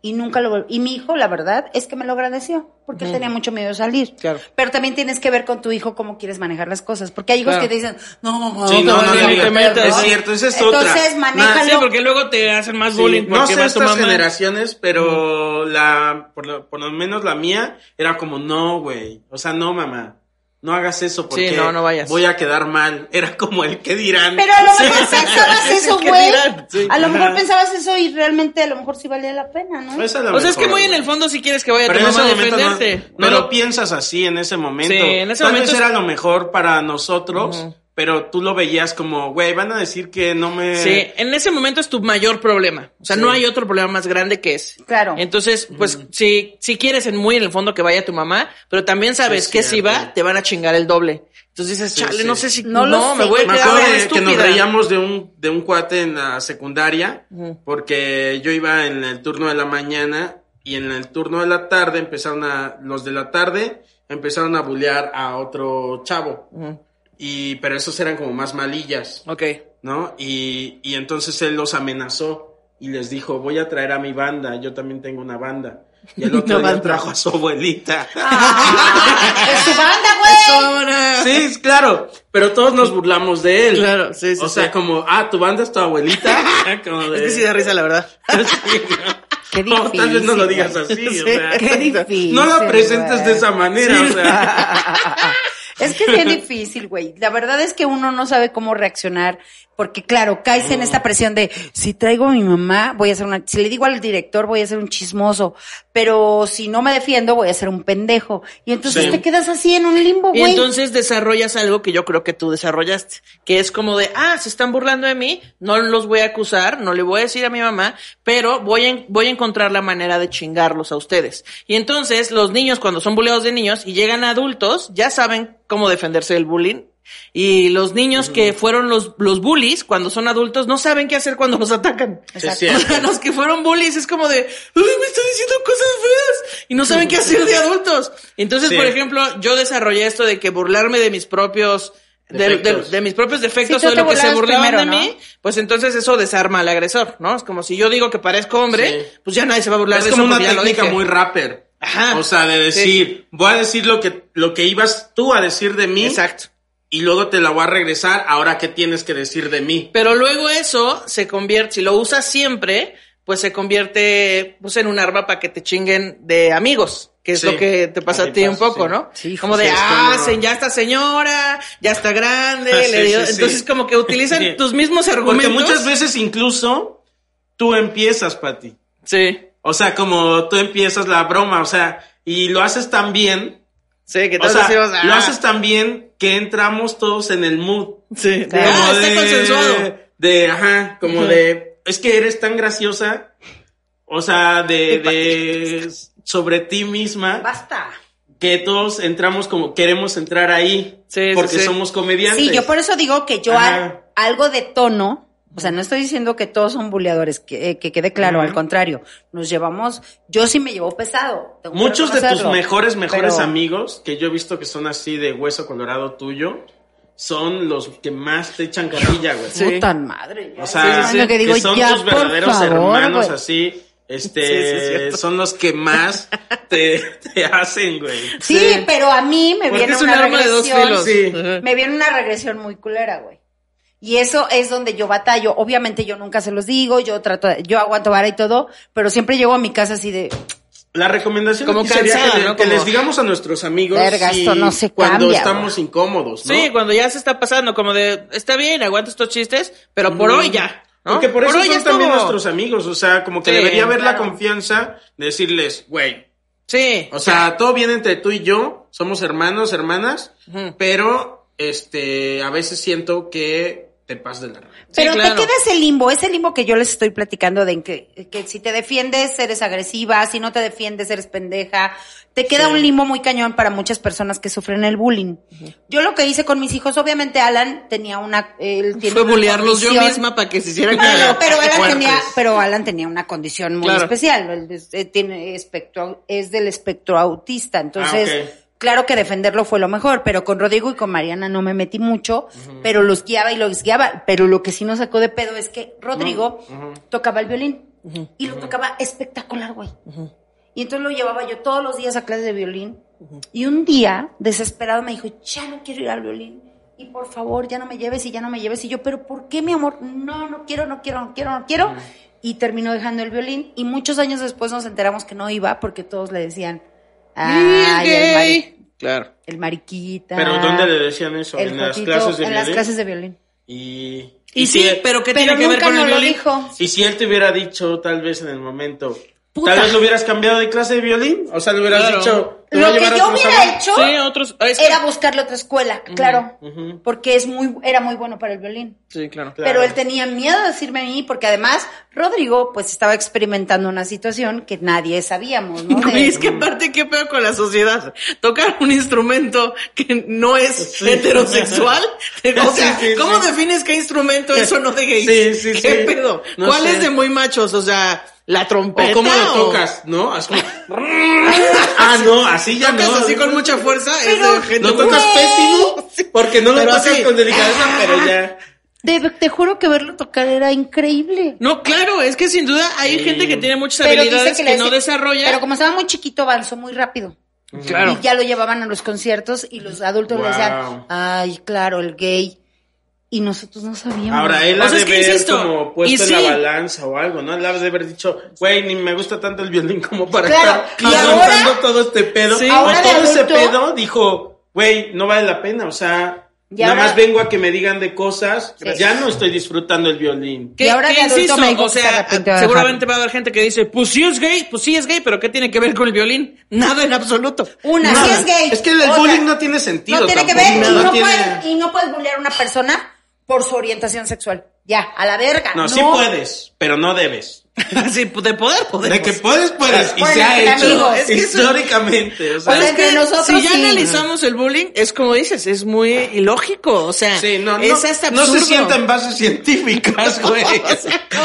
Y nunca lo vol- Y mi hijo, la verdad, es que me lo agradeció, porque él tenía mucho miedo de salir. Claro. Pero también tienes que ver con tu hijo cómo quieres manejar las cosas, porque hay hijos Claro. que te dicen, no, mamá, Sí, no, te vayas no, a no, meter, no, no, ¿no?". es cierto, esa es Entonces, otra. Ah, manéjalo. Sí, porque luego te hacen más Sí, bullying. no porque sé va tu mamá. estas generaciones, pero la por lo, por lo menos la mía era como no, güey. O sea, no, mamá. No hagas eso porque no, no vayas. voy a quedar mal. Era como el que dirán. Pero a lo Sí. mejor pensabas eso, ¿qué güey. dirán? Sí. A lo mejor Ajá. Pues, pensabas eso y realmente a lo mejor sí valía la pena, ¿no? Eso a lo O sea, es que mejor, muy en güey. el fondo si quieres que vaya Pero tu en ese mamá a momento no- defenderte. no, No, lo piensas así en ese momento. Sí, en ese Tal momento vez es- era lo mejor para nosotros, pero tú lo veías como, güey, van a decir que no me. Sí, en ese momento es tu mayor problema. O sea, no hay otro problema más grande que ese. Claro. Entonces, pues, Mm. si, si quieres en muy en el fondo que vaya tu mamá, pero también sabes Sí, que es si cierto. va, te van a chingar el doble. Entonces dices, Sí, chale, sí. no sé si No no, lo me sé. voy a Me quedar acuerdo bien de que nos estúpida. reíamos de un, de un cuate en la secundaria, porque yo iba en el turno de la mañana y en el turno de la tarde empezaron a, los de la tarde empezaron a bulear a otro chavo. Y, pero esos eran como más malillas, Ok. ¿no? Y, y entonces él los amenazó y les dijo, voy a traer a mi banda, yo también tengo una banda. Y el otro día trajo a su abuelita. Ah, Es tu banda, güey. Sí, claro, pero todos nos burlamos de él. Claro, sí, sí, O sea, sí. como, ah, tu banda es tu abuelita. Como de- Es que sí da risa, la verdad. Sí, Qué ¿no? No, tal vez no lo digas así. o sea, Qué difícil. no la presentes güey. de esa manera. o sea, Es que es bien difícil, güey. La verdad es que uno no sabe cómo reaccionar, porque claro, caes en esta presión de si traigo a mi mamá, voy a ser una, si le digo al director, voy a ser un chismoso, pero si no me defiendo, voy a ser un pendejo. Y entonces Sí. te quedas así en un limbo, Y güey. entonces desarrollas algo que yo creo que tú desarrollaste, que es como de, ah, se están burlando de mí, no los voy a acusar, no le voy a decir a mi mamá, pero voy a, en- voy a encontrar la manera de chingarlos a ustedes. Y entonces los niños, cuando son bulleados de niños y llegan a adultos, ya saben cómo defenderse del bullying. Y los niños que fueron los, los bullies, cuando son adultos, no saben qué hacer cuando los atacan. Sí, es O cierto. sea, los que fueron bullies es como de, "Ay, me está diciendo cosas feas y no saben qué hacer de adultos. Entonces, Sí. por ejemplo, yo desarrollé esto de que burlarme de mis propios de, Defectos. de- de mis propios defectos Sí, tú o de te lo que se burlabas burlaban primero, de ¿no? mí, pues entonces eso desarma al agresor, ¿no? Es como si yo digo que parezco hombre, Sí. pues ya nadie se va a burlar es de como eso una porque ya lo técnica dije. muy rapper. Ajá. O sea, de decir, voy a decir lo que, lo que ibas tú a decir de mí. Exacto. Y luego te la voy a regresar. Ahora, ¿qué tienes que decir de mí? Pero luego eso se convierte, si lo usas siempre, pues se convierte pues, en un arma para que te chinguen de amigos, que es Sí. lo que te pasa Así a ti un pasa, poco, sí. ¿no? Sí, hijo, como de, sí, es ah, como- se- ya está señora, ya está grande, Ah, sí, le dio- sí, sí. entonces como que utilizan Sí. tus mismos Porque argumentos. muchas veces incluso tú empiezas, Pati. Sí, O sea, como tú empiezas la broma, o sea, y lo haces tan bien. sí, que O todos sea, decimos, ah, lo haces tan bien que entramos todos en el mood. sí, de, Claro. ah, Como está de- consensuado. De, ajá, como Ujú. de, es que eres tan graciosa, o sea, de, de, sobre ti misma, Basta. que todos entramos como queremos entrar ahí, Sí, sí, porque sí. somos comediantes. Sí, yo por eso digo que yo Ajá. al- algo de tono, o sea, no estoy diciendo que todos son buleadores, que, eh, que quede claro, al contrario, nos llevamos, yo sí me llevo pesado. tengo que Muchos de tus reconocerlo, mejores, mejores pero- amigos, que yo he visto que son así de hueso colorado tuyo, son los que más te echan carrilla, güey. Puta madre. ya, O sea, es lo que que digo, son ya, tus por verdaderos favor, hermanos güey. así. Este, Sí, sí, es cierto. son los que más te, te hacen, güey. Sí, Sí. pero a mí me Porque viene es un una arma de dos filos. regresión. sí. Ajá. Me viene una regresión muy culera, güey. Y eso es donde yo batallo. Obviamente yo nunca se los digo, yo trato, yo aguanto vara y todo, pero siempre llego a mi casa así de, La recomendación Como aquí sería cansada, que, le- ¿no? que Como- les digamos a nuestros amigos Verga, si- esto no se cuando cambia, estamos incómodos, ¿no? Sí, cuando ya se está pasando, como de, está bien, aguanto estos chistes, pero por hoy ya. ¿no? Porque por eso hoy son ya también estuvo. nuestros amigos, o sea, como que Sí, debería haber la claro. confianza de decirles, güey, Sí. o sea, todo bien entre tú y yo, somos hermanos, hermanas, Ujú. pero este, a veces siento que te pasas de la raya. Sí, Pero claro. te queda ese limbo, ese limbo que yo les estoy platicando de en que, que si te defiendes eres agresiva, si no te defiendes eres pendeja. Te queda un limbo muy cañón para muchas personas que sufren el bullying. Yo lo que hice con mis hijos, obviamente Alan tenía una... Él tiene Fue una bulearlos yo condición- misma para que se hicieran Bueno, cagar. pero Alan, Fuertes. tenía, pero Alan tenía una condición muy Claro. especial. Él es, eh, tiene espectro, es del espectro autista. Entonces, Ah, ok. Claro que defenderlo fue lo mejor, pero con Rodrigo y con Mariana no me metí mucho, pero los guiaba y los guiaba. Pero lo que sí nos sacó de pedo es que Rodrigo tocaba el violín y lo tocaba espectacular, güey. Y entonces lo llevaba yo todos los días a clases de violín. Y un día, desesperado, me dijo, ya no quiero ir al violín. Y por favor, ya no me lleves y ya no me lleves. Y yo, pero ¿por qué, mi amor? No, no quiero, no quiero, no quiero, no quiero. Y terminó dejando el violín. Y muchos años después nos enteramos que no iba porque todos le decían, ay, el, mari- Claro. el mariquita. Pero ¿dónde le decían eso? Ah, el en las Jotito, clases de en las violín? clases de violín. Y, Y sí, pero ¿qué Pero tiene que ver nunca con el nos lo violín? dijo. Y si él te hubiera dicho, tal vez en el momento, Puta. tal vez lo hubieras cambiado de clase de violín, o sea, le hubieras Claro. dicho, te voy a Lo que llevar a yo otro hubiera salón. hecho Sí, otros. ah, es que- era buscarle otra escuela, claro. ujú. Porque es muy, era muy bueno para el violín. Sí, claro. Claro. Pero él tenía miedo de decirme a mí, porque además Rodrigo pues estaba experimentando una situación que nadie sabíamos, ¿no? De- Güey, es que aparte, qué peor con la sociedad. Tocar un instrumento que no es heterosexual. O sea, Sí, sí, ¿cómo sí. defines qué instrumento es o no de gays? Sí, sí, ¿Qué sí. pedo? No ¿Cuál sé. es de muy machos? O sea, la trompeta. O cómo lo o- tocas, ¿no? Haz como- ah, no, así ya Tocas no. así con mucha fuerza. es de gente no muy- tocas pésimo, porque no lo Pero tocas así. con delicadeza, pero ya. Te, te juro que verlo tocar era increíble. No, claro, es que sin duda hay gente que tiene muchas habilidades que, le no decía- desarrolla. Pero como estaba muy chiquito, avanzó muy rápido. claro. Y ya lo llevaban a los conciertos y los adultos le decían, Wow. ay, claro, el gay. Y nosotros no sabíamos. Ahora él O ha sea, de es que ver insisto, como y puesto en sí. la balanza o algo, ¿no? Él ha de haber dicho, güey, ni me gusta tanto el violín como para Claro, estar y ahora- aguantando todo este pedo. Sí. O Ahora de todo ese adulto- pedo dijo, güey, no vale la pena, o sea, Y nada ahora- más vengo a que me digan de cosas, pues Sí. ya no estoy disfrutando el violín. Que- Y ahora que de adulto me dijo o que se sea, arrepintió de seguramente va a haber gente que dice, pues sí es gay, pues sí es gay, pero ¿qué tiene que ver con el violín? Nada en absoluto. Una, Nada. si es gay. Es que el Otra, bullying no tiene sentido No tiene que tampoco, ver y no no, tiene- puedes, y no puedes bullear a una persona por su orientación sexual. Ya, a la verga. No, sí puedes, pero no debes. Así, de poder, poder. De que puedes, puedes, y Bueno, se ha entre hecho pues. amigos. Es que eso- históricamente, o sea, Pues es que nosotros si ya sí. analizamos el bullying, es como dices, es muy ilógico, o sea, Sí, no, no, es hasta no se absurdo. sientan bases científicas, güey.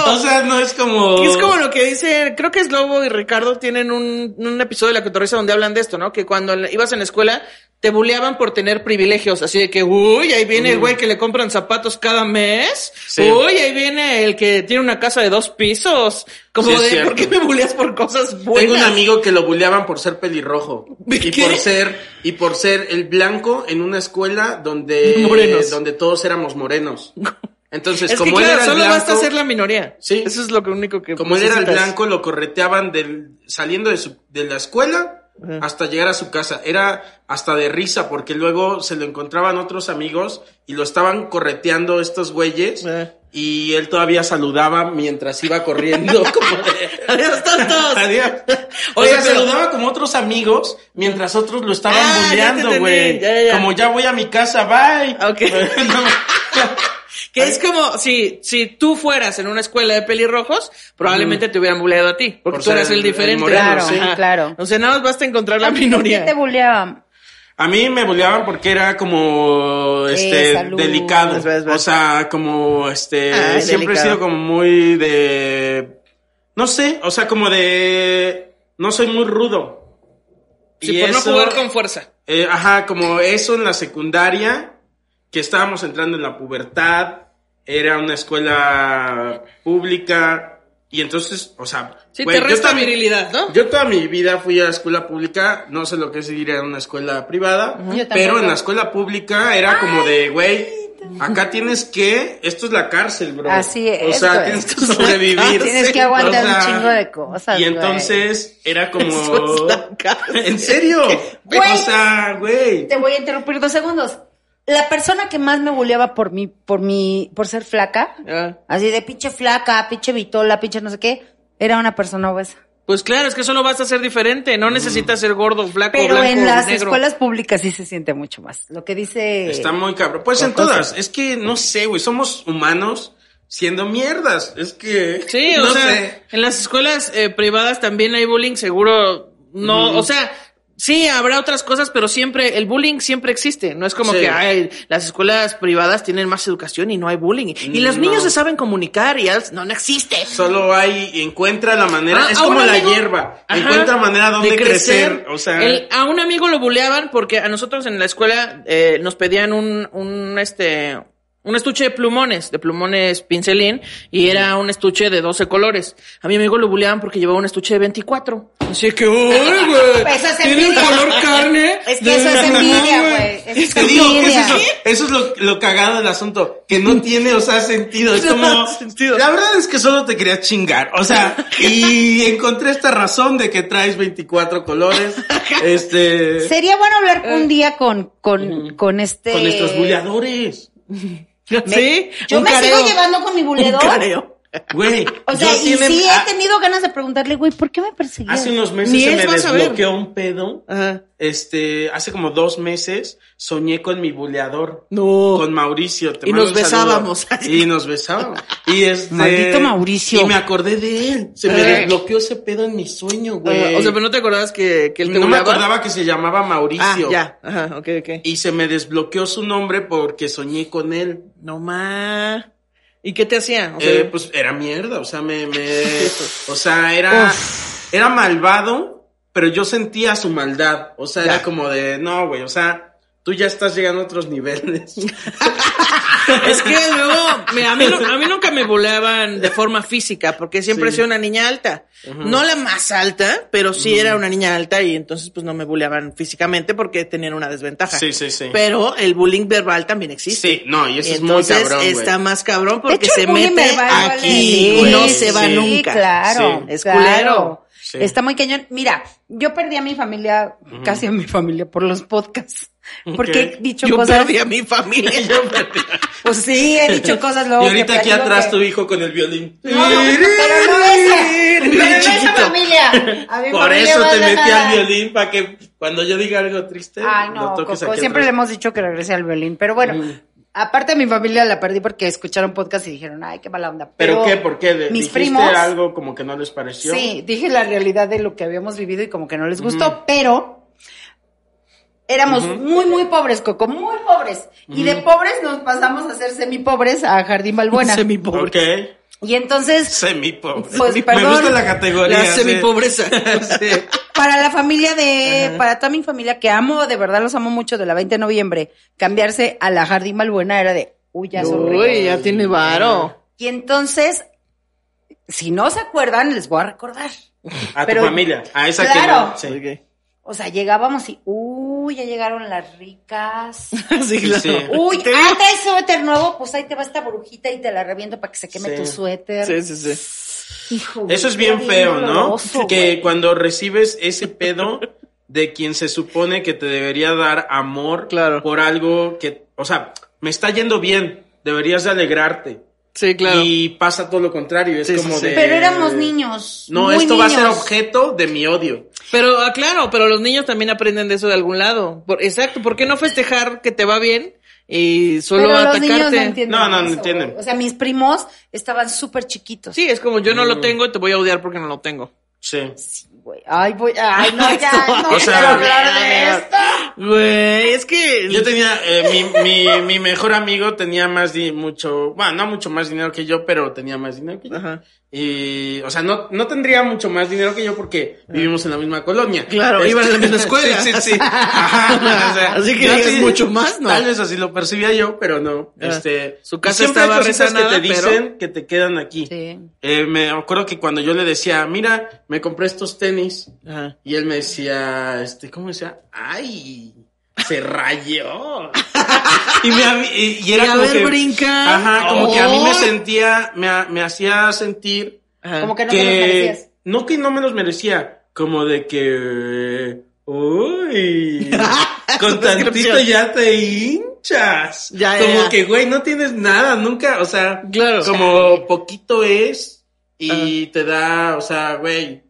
o sea, no es como... Es como lo que dice, creo que es Lobo y Ricardo tienen un, un episodio de La Cotorrisa donde hablan de esto, ¿no? Que cuando le- ibas en la escuela te buleaban por tener privilegios, así de que, uy, ahí viene el güey que le compran zapatos cada mes, Mm. Sí. uy, ahí viene el que tiene una casa de dos pisos, como Sí, es de, cierto. ¿por qué me buleas por cosas buenas? Tengo un amigo que lo buleaban por ser pelirrojo y ¿Qué? por ser y por ser el blanco en una escuela donde Morenos. donde todos éramos morenos. es Entonces, que pues, como él claro, era el solo blanco, basta ser la minoría. Sí. Eso es lo que único que como él era el necesitas. blanco lo correteaban del saliendo de su- de la escuela hasta llegar a su casa. Era hasta de risa porque luego se lo encontraban otros amigos y lo estaban correteando estos güeyes. Ajá. Y él todavía saludaba mientras iba corriendo. como de- Adiós, tontos. Adiós. O Oye, sea, pero- saludaba como otros amigos mientras otros lo estaban Ah, ya te bulleando, entendí, güey. ya, ya, ya. Como ya voy a mi casa, bye. Ok. Que es como si, si tú fueras en una escuela de pelirrojos, probablemente te hubieran buleado a ti, porque Por tú ser eras el el diferente. moreno, Claro, sí. Ajá. claro. O sea, nada más basta encontrar la ¿A ti por minoría. qué te buleaban? A mí me bulleaban porque era como este salud. delicado. Es, es, es. O sea, como este Ay, siempre delicado. he sido como muy de no sé, o sea, como de no soy muy rudo. Sí, Y por eso- no jugar con fuerza. Eh, ajá, como eso en la secundaria, que estábamos entrando en la pubertad, era una escuela pública, y entonces, o sea... Sí, güey, te resta toda mi- virilidad, ¿no? Yo toda mi vida fui a escuela pública, no sé lo que es ir a una escuela privada, Yo pero tampoco. en la escuela pública era como de, güey, acá tienes que, esto es la cárcel, bro. Así es, O sea, güey. tienes que sobrevivir. Tienes que O aguantar un sea, chingo de cosas, Y güey. entonces era como... Eso es la cárcel. ¿En serio? Güey. O sea, güey. Te voy a interrumpir dos segundos. La persona que más me buleaba por mi, por mi, por ser flaca, Ah. así de pinche flaca, pinche vitola, pinche no sé qué, era una persona obesa. Pues claro, es que solo basta ser diferente, no necesitas ser gordo, flaco, Pero blanco, en las negro. escuelas públicas sí se siente mucho más. Lo que dice. Está muy cabrón. Pues en Ojo, todas. Es que no sé, güey. Somos humanos siendo mierdas. Es que. Sí, o no sea, sé. en las escuelas eh, privadas también hay bullying, seguro no, o sea, Sí, habrá otras cosas, pero siempre, el bullying siempre existe. No es como Sí. que ay, las escuelas privadas tienen más educación y no hay bullying. Y los Mm, No. niños se saben comunicar y al- no, no existe. Solo hay, encuentra la manera, Ah, es a un como la amigo- hierba, Ajá. encuentra manera donde crecer, o sea, El- a un amigo lo buleaban porque a nosotros en la escuela eh, nos pedían un, un, este, un estuche de plumones, de plumones pincelín, y era un estuche de 12 colores. A mi amigo lo buleaban porque llevaba un estuche de 24. Así que, ¡ay, güey! Pues Eso es Tiene el envidia. color carne. Es que eso de es una- envidia, No, güey. Eso Es Te digo que envidia. eso, eso es lo, lo cagado del asunto, que no tiene, o sea, sentido. Es No como, hace sentido. la verdad es que solo te quería chingar, o sea, y encontré esta razón de que traes 24 colores, este, Sería bueno hablar un día con, con, con este. con nuestros buleadores. ¿Sí? Yo un me careo. sigo llevando con mi Un buleador. careo. Güey, O sea, yo y tiene- sí a- he tenido ganas de preguntarle, güey, ¿por qué me persiguieron? hace unos meses Ni se él me va a saber. desbloqueó un pedo. Ajá. Este, hace como dos meses soñé con mi buleador. No. Ah, Con Mauricio. te Oh. Y mando nos un besábamos. saludo. Y nos besábamos. Y este. Maldito Mauricio. Y me acordé de él. Se me Ay. desbloqueó ese pedo en mi sueño, güey. Eh. Ah, o sea, pero no te acordabas que, que él te no me buleaba? acordaba que se llamaba Ah, Mauricio. ya. Ajá, ok, ok. Y se me desbloqueó su nombre porque soñé con él. No más. ¿Y qué te hacía? O sea, Eh, pues era mierda, o sea, me, me o sea, era, era malvado, pero yo sentía su maldad, o sea, era como de, no, güey, o sea, tú ya estás llegando a otros niveles. es que luego, me- a, mí, no- a mí nunca me boleaban de forma física, porque siempre he Sí. sido una niña alta. No la más alta, pero sí era una niña alta y entonces pues no me boleaban físicamente porque tenían una desventaja. Sí, sí, sí. Pero el bullying verbal también existe. Sí, no, y eso es muy Entonces, cabrón, güey. está más cabrón De porque hecho, el se bullying mete verbal vale. aquí y Sí, no se va sí. nunca. Claro, Sí. Es claro. culero. Sí. Está muy cañón. Mira, yo perdí a mi familia, casi a mi familia, por los podcasts. Porque Ok. he dicho Yo cosas. perdí a mi familia. Pues sí, he dicho cosas luego. y que ahorita aquí platico atrás que- tu hijo con el violín. No, pero no esa. Pero no esa Chiquito. familia. A mi Por familia eso te más metí nada. al violín, para que cuando yo diga algo triste, Ay, lo Ah, no, toques Coco, aquí siempre le atrás. Mm. hemos dicho que regrese al violín. Pero bueno, aparte mi familia la perdí porque escucharon podcast y dijeron, ay, qué mala onda. ¿Pero qué? ¿Por qué? ¿Le- Mis dijiste primos. algo como que no les pareció? Sí, dije la realidad de lo que habíamos vivido y como que no les gustó, pero éramos muy, muy pobres, Coco, muy pobres. Y de pobres nos pasamos a ser semipobres a Jardín Balbuena. Semipobre. Ok. y entonces, Semipobre. Pues, Me perdón. gusta la categoría. La sí. semipobreza. Sí. para la familia de, para toda mi familia que amo, de verdad los amo mucho, de la 20 de noviembre, cambiarse a la Jardín Balbuena era de, uy, ya son ricos. Uy, ya tiene varo. Y entonces, si no se acuerdan, les voy a recordar. A Pero- tu familia. A esa Claro. que no. sí. O sea, llegábamos y, uy, ya llegaron las ricas. Sí, Sí, claro. sí. Uy, Te ah, traes suéter nuevo, pues ahí te va esta brujita y te la reviento para que se queme Sí. tu suéter. Sí, sí, sí. Hijo, Eso es bien qué feo, ¿no? doloroso, Que güey. cuando recibes ese pedo de quien se supone que te debería dar amor Claro. por algo que, o sea, me está yendo bien, deberías de alegrarte. Sí, claro. Y pasa todo lo contrario, es Sí, sí, como sí. de... Pero éramos niños. eh, No, muy esto va a ser niños. objeto de mi odio. Pero, ah, claro, pero los niños también aprenden de eso de algún lado. Por- exacto, ¿por qué no festejar que te va bien y solo Pero los atacarte? niños no entienden. No, no, no eso, entienden. güey. O sea, mis primos estaban súper chiquitos. sí, es como yo no lo tengo y te voy a odiar porque no lo tengo. Sí. Sí, güey. Ay, voy. Ay, no, ya. No O sea, quiero hablar de esto. Güey, es que Yo tenía, eh, mi, mi, mi mejor amigo tenía más, di mucho, bueno, no mucho más dinero que yo, pero tenía más dinero que yo. Ajá. Y, o sea, no, no tendría mucho más dinero que yo porque vivimos en la misma colonia. Claro, Este- iban a la misma escuela. sí, sí, sí. Ajá, o sea, Así que yo digas mucho más, ¿no? Tal vez así lo percibía yo, pero no. Ah, Este, su y casa siempre hay estaba cositas que resanada, te dicen que te quedan aquí. Sí. Eh, me acuerdo que cuando yo le decía, mira, me compré estos tenis. Ajá. Y él me decía, este, ¿cómo decía? ¡Ay! Se rayó. y, me, hab- y, y era Y a como ver, que- brinca. Oh. Ajá, como que a mí me Ay. sentía, me, ha- me hacía sentir Ajá. Como que no te los que merecías. no que no me los merecía, como de que uy, con tantito descripción. ya te hinchas. Ya, ya, como ya. que güey, no tienes nada nunca, o sea, Claro. como poquito es y te da, o sea, güey,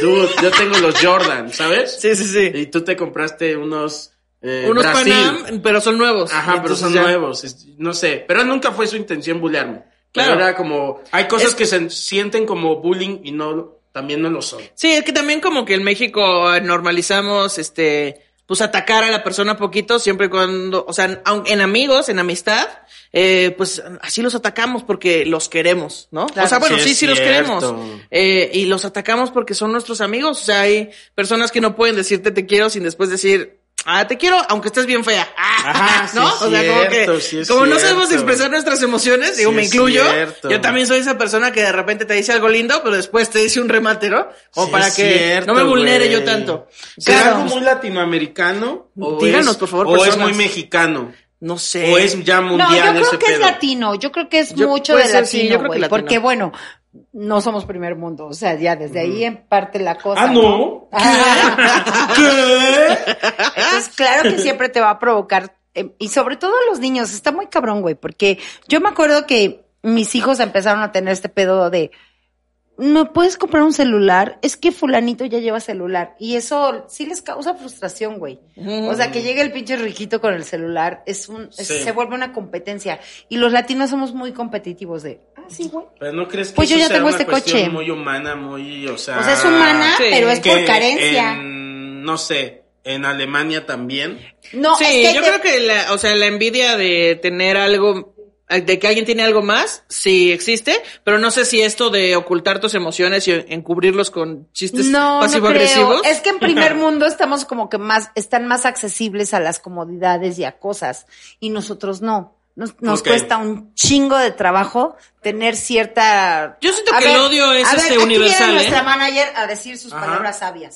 dude, yo tengo los Jordan, ¿sabes? Sí, sí, sí. Y tú te compraste unos eh, Unos Brasil. Panam, pero son nuevos. Ajá, pero Entonces son ya. nuevos. es- No sé. Pero nunca fue su intención bullearme. Claro. Claro. Era como. Hay cosas Es- que se sienten como bullying y no. también no lo son. Sí, es que también como que en México eh, normalizamos este pues atacar a la persona poquito siempre y cuando, o sea, aun- en amigos, en amistad, eh, pues así los atacamos porque los queremos, ¿no? o sea, bueno, Sí, sí, sí, es los cierto. queremos. Eh, y los atacamos porque son nuestros amigos. O sea, hay personas que no pueden decirte te quiero sin después decir, ah, te quiero, aunque estés bien fea. Ah, Ajá, sí ¿No? es o sea, como cierto, que, sí es como no cierto. sabemos expresar nuestras emociones, digo, Sí me es incluyo. cierto. Yo también soy esa persona que de repente te dice algo lindo, pero después te dice un remate, ¿no? O Sí, para es que cierto, no me vulnere güey. yo tanto. ¿Será Claro. algo muy latinoamericano? O Díganos, es- por favor, O es personas. muy mexicano. No sé. O es ya mundial No, yo creo ese que es pedo. latino, yo creo que es Yo- mucho puede de ser, latino, sí, yo creo que güey, latino. porque bueno, no somos primer mundo, o sea, ya desde ahí en parte la cosa. Ah, Ah, no. ¿Qué? Entonces, claro que siempre te va a provocar, eh, y sobre todo a los niños, está muy cabrón, güey, porque yo me acuerdo que mis hijos empezaron a tener este pedo de, no puedes comprar un celular, es que fulanito ya lleva celular, y eso sí les causa frustración, güey. O sea, Mm. que llegue el pinche riquito con el celular, es un, es- Sí. se vuelve una competencia, y los latinos somos muy competitivos de, ah, sí, güey. Pero no crees que Pues yo eso ya sea tengo una este cuestión coche. muy humana, muy, o sea, O sea, es humana, Ah, sí. pero es por que carencia. en, no sé, en Alemania también. No, sí, es que yo te- creo que la, o sea, la envidia de tener algo, de que alguien tiene algo más, sí existe, pero no sé si esto de ocultar tus emociones y encubrirlos con chistes no, no pasivo-agresivos. creo. Es que en primer mundo estamos como que más, están más accesibles a las comodidades y a cosas. Y nosotros no. Nos, nos Ok. cuesta un chingo de trabajo tener cierta. Yo siento A que el odio es a este ver, aquí universal, viene ¿eh? nuestra manager a decir sus Ajá. palabras sabias.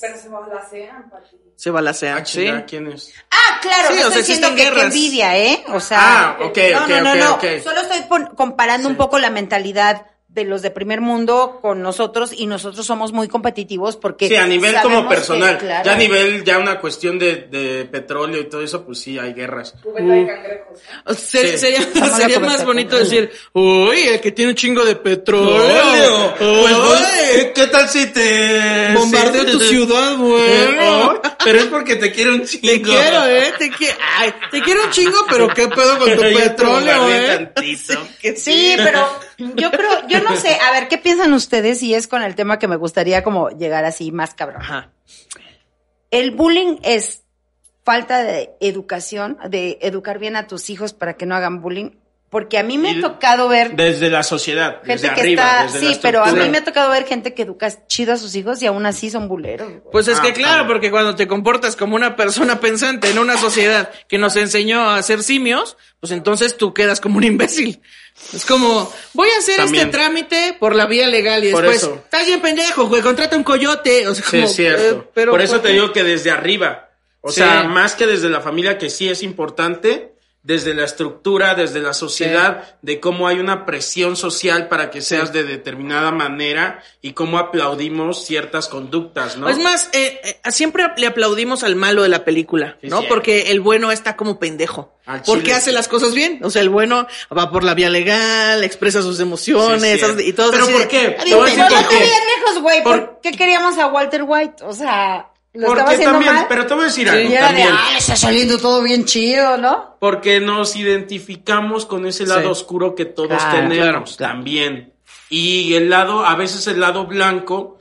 Se balacean, Ah, sí. chinga, ¿quién es? Ah, claro, Sí, no o sea, estoy diciendo existen que, que guerras. envidia, ¿eh? O sea, Ah, ok, no, ok, no, no, ok, no. ok. Solo estoy pon- comparando un poco la mentalidad de los de primer mundo con nosotros y nosotros somos muy competitivos porque Sí, a nivel sabemos como que, personal. claro, Ya a nivel, ya una cuestión de, de petróleo y todo eso, pues sí, hay guerras. O sea, Sí. Sería, Vamos a sería más conversar bonito con- decir, uy, el que tiene un chingo de petróleo. ¡Óleo! Pues, Uy, ¿Qué tal si te Bombardeo sí, tu te- ciudad, güey. No, pero es porque te quiero un chingo. Te quiero, eh, te quiero, ay, te quiero un chingo, pero qué pedo con tu Yo te petróleo, bombardeo eh. tantito. Sí, pero yo creo, yo no sé, a ver, ¿qué piensan ustedes? Y es con el tema que me gustaría como llegar así más cabrón. Ajá. El bullying es falta de educación, de educar bien a tus hijos para que no hagan bullying, porque a mí me Y- ha tocado ver Desde la sociedad, desde gente que arriba, está, desde la sí, pero a estructura. mí me ha tocado ver gente que educa chido a sus hijos y aún así son buleros. güey. Pues es Ah, que claro, claro. porque cuando te comportas como una persona pensante en una sociedad que nos enseñó a ser simios, pues entonces tú quedas como un imbécil. Es como, voy a hacer También. este trámite por la vía legal y Por después, eso. estás bien pendejo, güey, contrata un coyote. O sea, Sí, como, es cierto. eh, pero Por eso pues ¿por te qué? digo que desde arriba. O Sí. sea, más que desde la familia, que sí es importante, desde la estructura, desde la sociedad, de cómo hay una presión social para que seas de determinada manera y cómo aplaudimos ciertas conductas, Pues ¿no? Es más, eh, eh, siempre le aplaudimos al malo de la película, Sí, ¿no? cierto. Porque el bueno está como pendejo. Al chile. Porque hace las cosas bien. O sea, el bueno va por la vía legal, expresa sus Sí, es emociones cierto. y todo ¿Pero por qué? Te voy a decir No, por no te qué. veas lejos, güey, Por- ¿por qué queríamos a Walter White? O sea, lo estaba Porque haciendo también, mal. pero te voy a decir algo y era de, también. ah, le está saliendo todo bien chido, ¿no? Porque nos identificamos con ese lado Sí. oscuro que todos Claro, tenemos también. Y el lado, a veces el lado blanco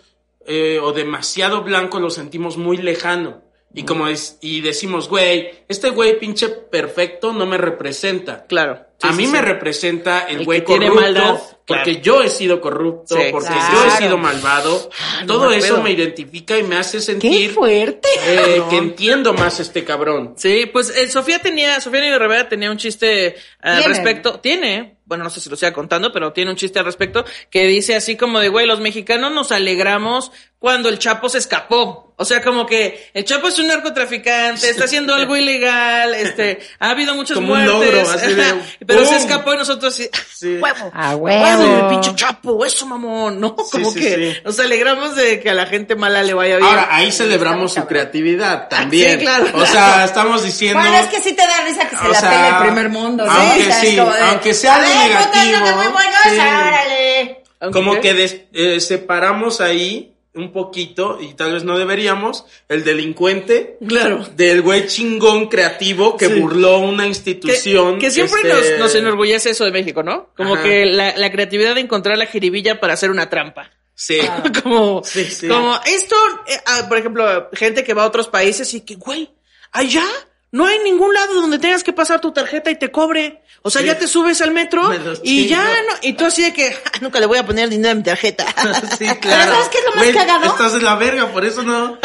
eh, o demasiado blanco lo sentimos muy lejano. Y como es, y decimos, güey, este güey pinche perfecto no me representa. Claro. a Sí, mí sí, me sí. representa el El güey que tiene corrupto, maldad, porque claro. yo he sido corrupto, Sí, Ah, porque claro. yo he sido malvado. no Todo me eso puedo. me identifica y me hace ¡Qué sentir fuerte! eh, cabrón. que entiendo más a este cabrón. Sí, pues eh, Sofía tenía, Sofía Niño Rivera tenía un chiste eh, al Tiene. respecto, tiene, bueno, no sé si lo siga contando, pero tiene un chiste al respecto que dice así como de, güey, los mexicanos nos alegramos cuando el Chapo se escapó. O sea, como que el Chapo es un narcotraficante, está haciendo algo ilegal, este, ha habido muchas Como un muertes, logro, así de, ajá, pero se ¡pum! escapó y nosotros sí, Sí. huevo. ¡A Huevo, huevo! el pinche Chapo, eso mamón, ¿no? Como sí, que sí. nos alegramos de que a la gente mala le vaya bien. Ahora, ahí celebramos su creatividad también. Sí, claro. O sea, estamos diciendo. Bueno, es que sí te da risa que se o la sea, pele el primer mundo, ¿no? aunque O sea, es sí, como de, aunque sea "A algo ver, ponte algo que negativo, muy bueno sí. es, órale". Aunque Como qué. que des- eh, separamos ahí un poquito, y tal vez no deberíamos, el delincuente Claro. del güey chingón creativo que Sí. burló una Que- institución. Que, siempre este, nos, nos enorgullece eso de México, ¿no? Como Ajá. que la, la creatividad de encontrar la jiribilla para hacer una trampa. Sí. Ah. como, Sí, sí. como esto, eh, ah, por ejemplo, gente que va a otros países y que, güey, allá no hay ningún lado donde tengas que pasar tu tarjeta y te cobre. O sea, Sí. ya te subes al metro Me los y ya chingo. no, y tú así de que "Ah, nunca le voy a poner dinero a mi tarjeta. Sí, claro. ¿sabes qué es lo más Güey, cagado? Estás en la verga, por eso no.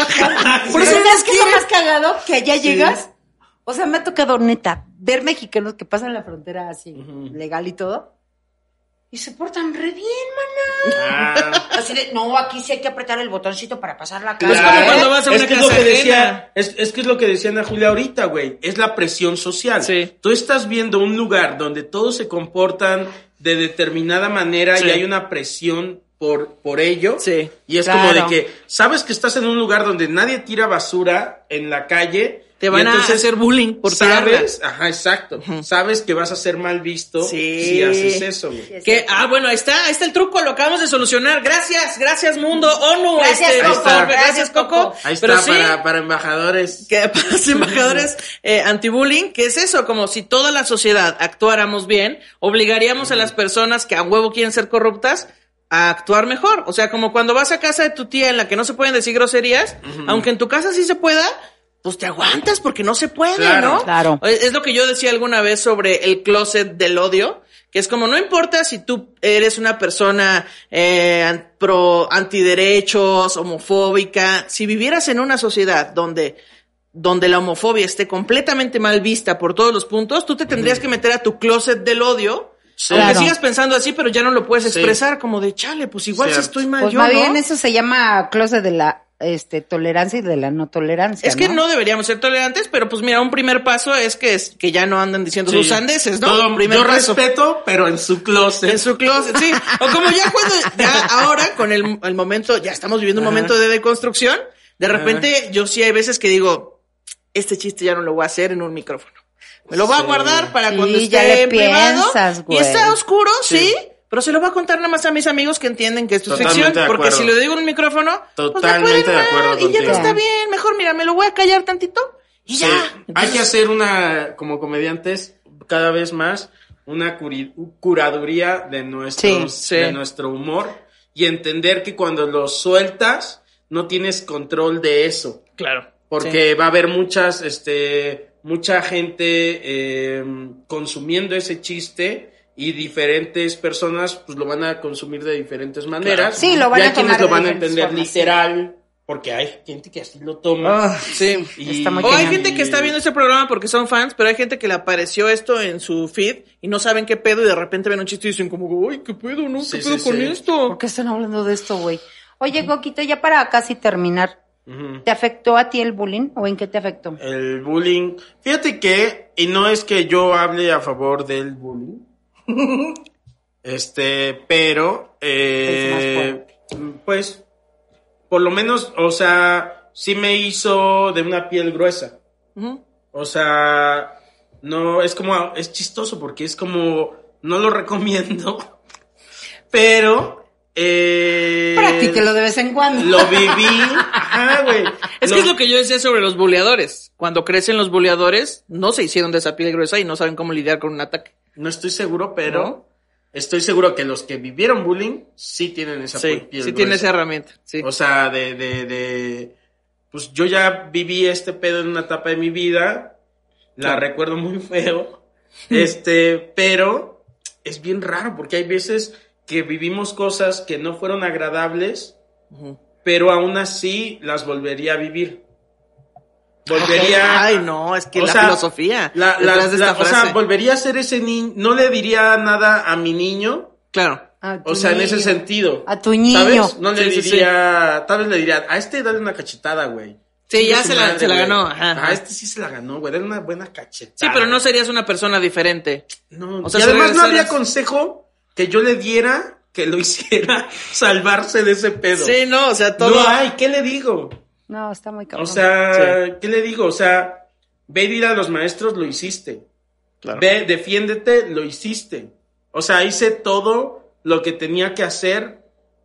Por eso ¿sabes qué es lo más cagado? Que allá llegas. O sea, me ha tocado neta ver mexicanos que pasan la frontera así, legal y todo. Y se portan re bien, mana. Ah, Así de, no, aquí sí hay que apretar el botoncito para pasar la claro. cara. como cuando vas a Es una que es casa lo que ajena. decía, es, es que es lo que decía Ana Julia ahorita, güey. Es la presión social. Sí. Tú estás viendo un lugar donde todos se comportan de determinada manera Sí. y hay una presión por, por ello. Sí. Y es como Claro. de que sabes que estás en un lugar donde nadie tira basura en la calle. Te y van a entonces hacer bullying por sabes, ajá, exacto. Sabes que vas a ser mal visto Sí. si haces eso, güey. Que, ah, bueno, ahí está, ahí está el truco, lo acabamos de solucionar. Gracias, gracias mundo, ONU. este, Gracias, Coco, gracias, gracias, Coco. Coco. Ahí está Pero sí, para, para embajadores. que para los embajadores eh, anti-bullying, que es eso, como si toda la sociedad actuáramos bien, obligaríamos a las personas que a huevo quieren ser corruptas a actuar mejor. O sea, como cuando vas a casa de tu tía en la que no se pueden decir groserías, aunque en tu casa sí se pueda, pues te aguantas porque no se puede, Claro, ¿no? claro. Es es lo que yo decía alguna vez sobre el closet del odio, que es como no importa si tú eres una persona eh, an- pro antiderechos, homofóbica, si vivieras en una sociedad donde donde la homofobia esté completamente mal vista por todos los puntos, tú te tendrías que meter a tu closet del odio. Aunque Claro. sigas pensando así, pero ya no lo puedes Sí. expresar, como de chale, pues igual si Cierto. estoy mal Pues yo, más ¿no? bien eso se llama closet de la este, tolerancia y de la no tolerancia. Es que no deberíamos ser tolerantes, pero pues mira, un primer paso es que, es, que ya no andan diciendo Sí. sus sandeces, ¿no? Todo- Un primer yo paso. respeto, pero en su closet. En su closet, sí. O como ya cuando, ya ahora con el, el momento, ya estamos viviendo un momento de deconstrucción, de repente yo sí hay veces que digo, este chiste ya no lo voy a hacer en un micrófono. Me lo voy a Sí. guardar para Sí, cuando esté ya le en privado. piensas, y güey. está oscuro, sí. Pero se lo voy a contar nada más a mis amigos que entienden que esto Totalmente es ficción. de Porque acuerdo. si lo digo en un micrófono, Totalmente pues de me pueden acuerdo mal, y ya no contigo. está bien. Mejor, mira, me lo voy a callar tantito y Sí. ya. Hay Entonces, que hacer una, como comediantes, cada vez más, una curi- curaduría de, nuestros, Sí, sí. de nuestro humor y entender que cuando lo sueltas, no tienes control de eso. Claro. Porque va a haber muchas, este, mucha gente eh, consumiendo ese chiste y diferentes personas pues lo van a consumir de diferentes maneras. Sí, lo van y a hay quienes tomar lo de van a diferentes entender formas, sí. Ah, literal, porque hay gente que así lo toma. sí. Y- está muy O hay cañón. gente que está viendo este programa porque son fans, pero hay gente que le apareció esto en su feed y no saben qué pedo y de repente ven un chiste y dicen como, ay, qué pedo, ¿no? ¿Qué Sí, pedo sí, con sí. esto? ¿Por qué están hablando de esto, güey? Oye, Coquito, ya para casi terminar, Ujú. ¿te afectó a ti el bullying o en qué te afectó? El bullying. Fíjate que, y no es que yo hable a favor del bullying. este, pero, eh, pues, por lo menos, o sea, sí me hizo de una piel gruesa. Ujú. O sea, no, es como, es chistoso porque es como, no lo recomiendo, pero, eh, Practíquelo de vez en cuando. lo viví. Ajá, güey. Es Lo- que es lo que yo decía sobre los buleadores. Cuando crecen los buleadores, no se hicieron de esa piel gruesa y no saben cómo lidiar con un ataque. No estoy seguro, pero ¿No? estoy seguro que los que vivieron bullying sí tienen esa Sí, piel sí tiene esa gruesa. herramienta. Sí. O sea, de, de, de... Pues yo ya viví este pedo en una etapa de mi vida. La recuerdo muy feo. Este, pero es bien raro porque hay veces que vivimos cosas que no fueron agradables, Ujú. pero aún así las volvería a vivir. Volvería Ah, Ay, no, es que O la sea, filosofía la- la- detrás de la- esta o frase. sea, volvería a ser ese niño, no le diría nada a mi niño, claro. A tu o sea, en ese niño. sentido. A tu niño. ¿Sabes? No le Sí, sí, sí. diría, tal vez le diría, a este dale una cachetada, güey. Sí, Chinga ya su se la- se la güey. ganó, ajá, ajá. A este sí se la ganó, güey, dale una buena cachetada. Sí, pero no serías una persona diferente. No, o sea, y si además no regresaras- habría consejo que yo le diera que lo hiciera salvarse de ese pedo. Sí, no, o sea, todo. no hay, ¿qué le digo? No, está muy cabrón. O sea, ¿qué le digo? O sea, ve y dile a los maestros, lo hiciste. Claro. Ve, defiéndete, lo hiciste. O sea, hice todo lo que tenía que hacer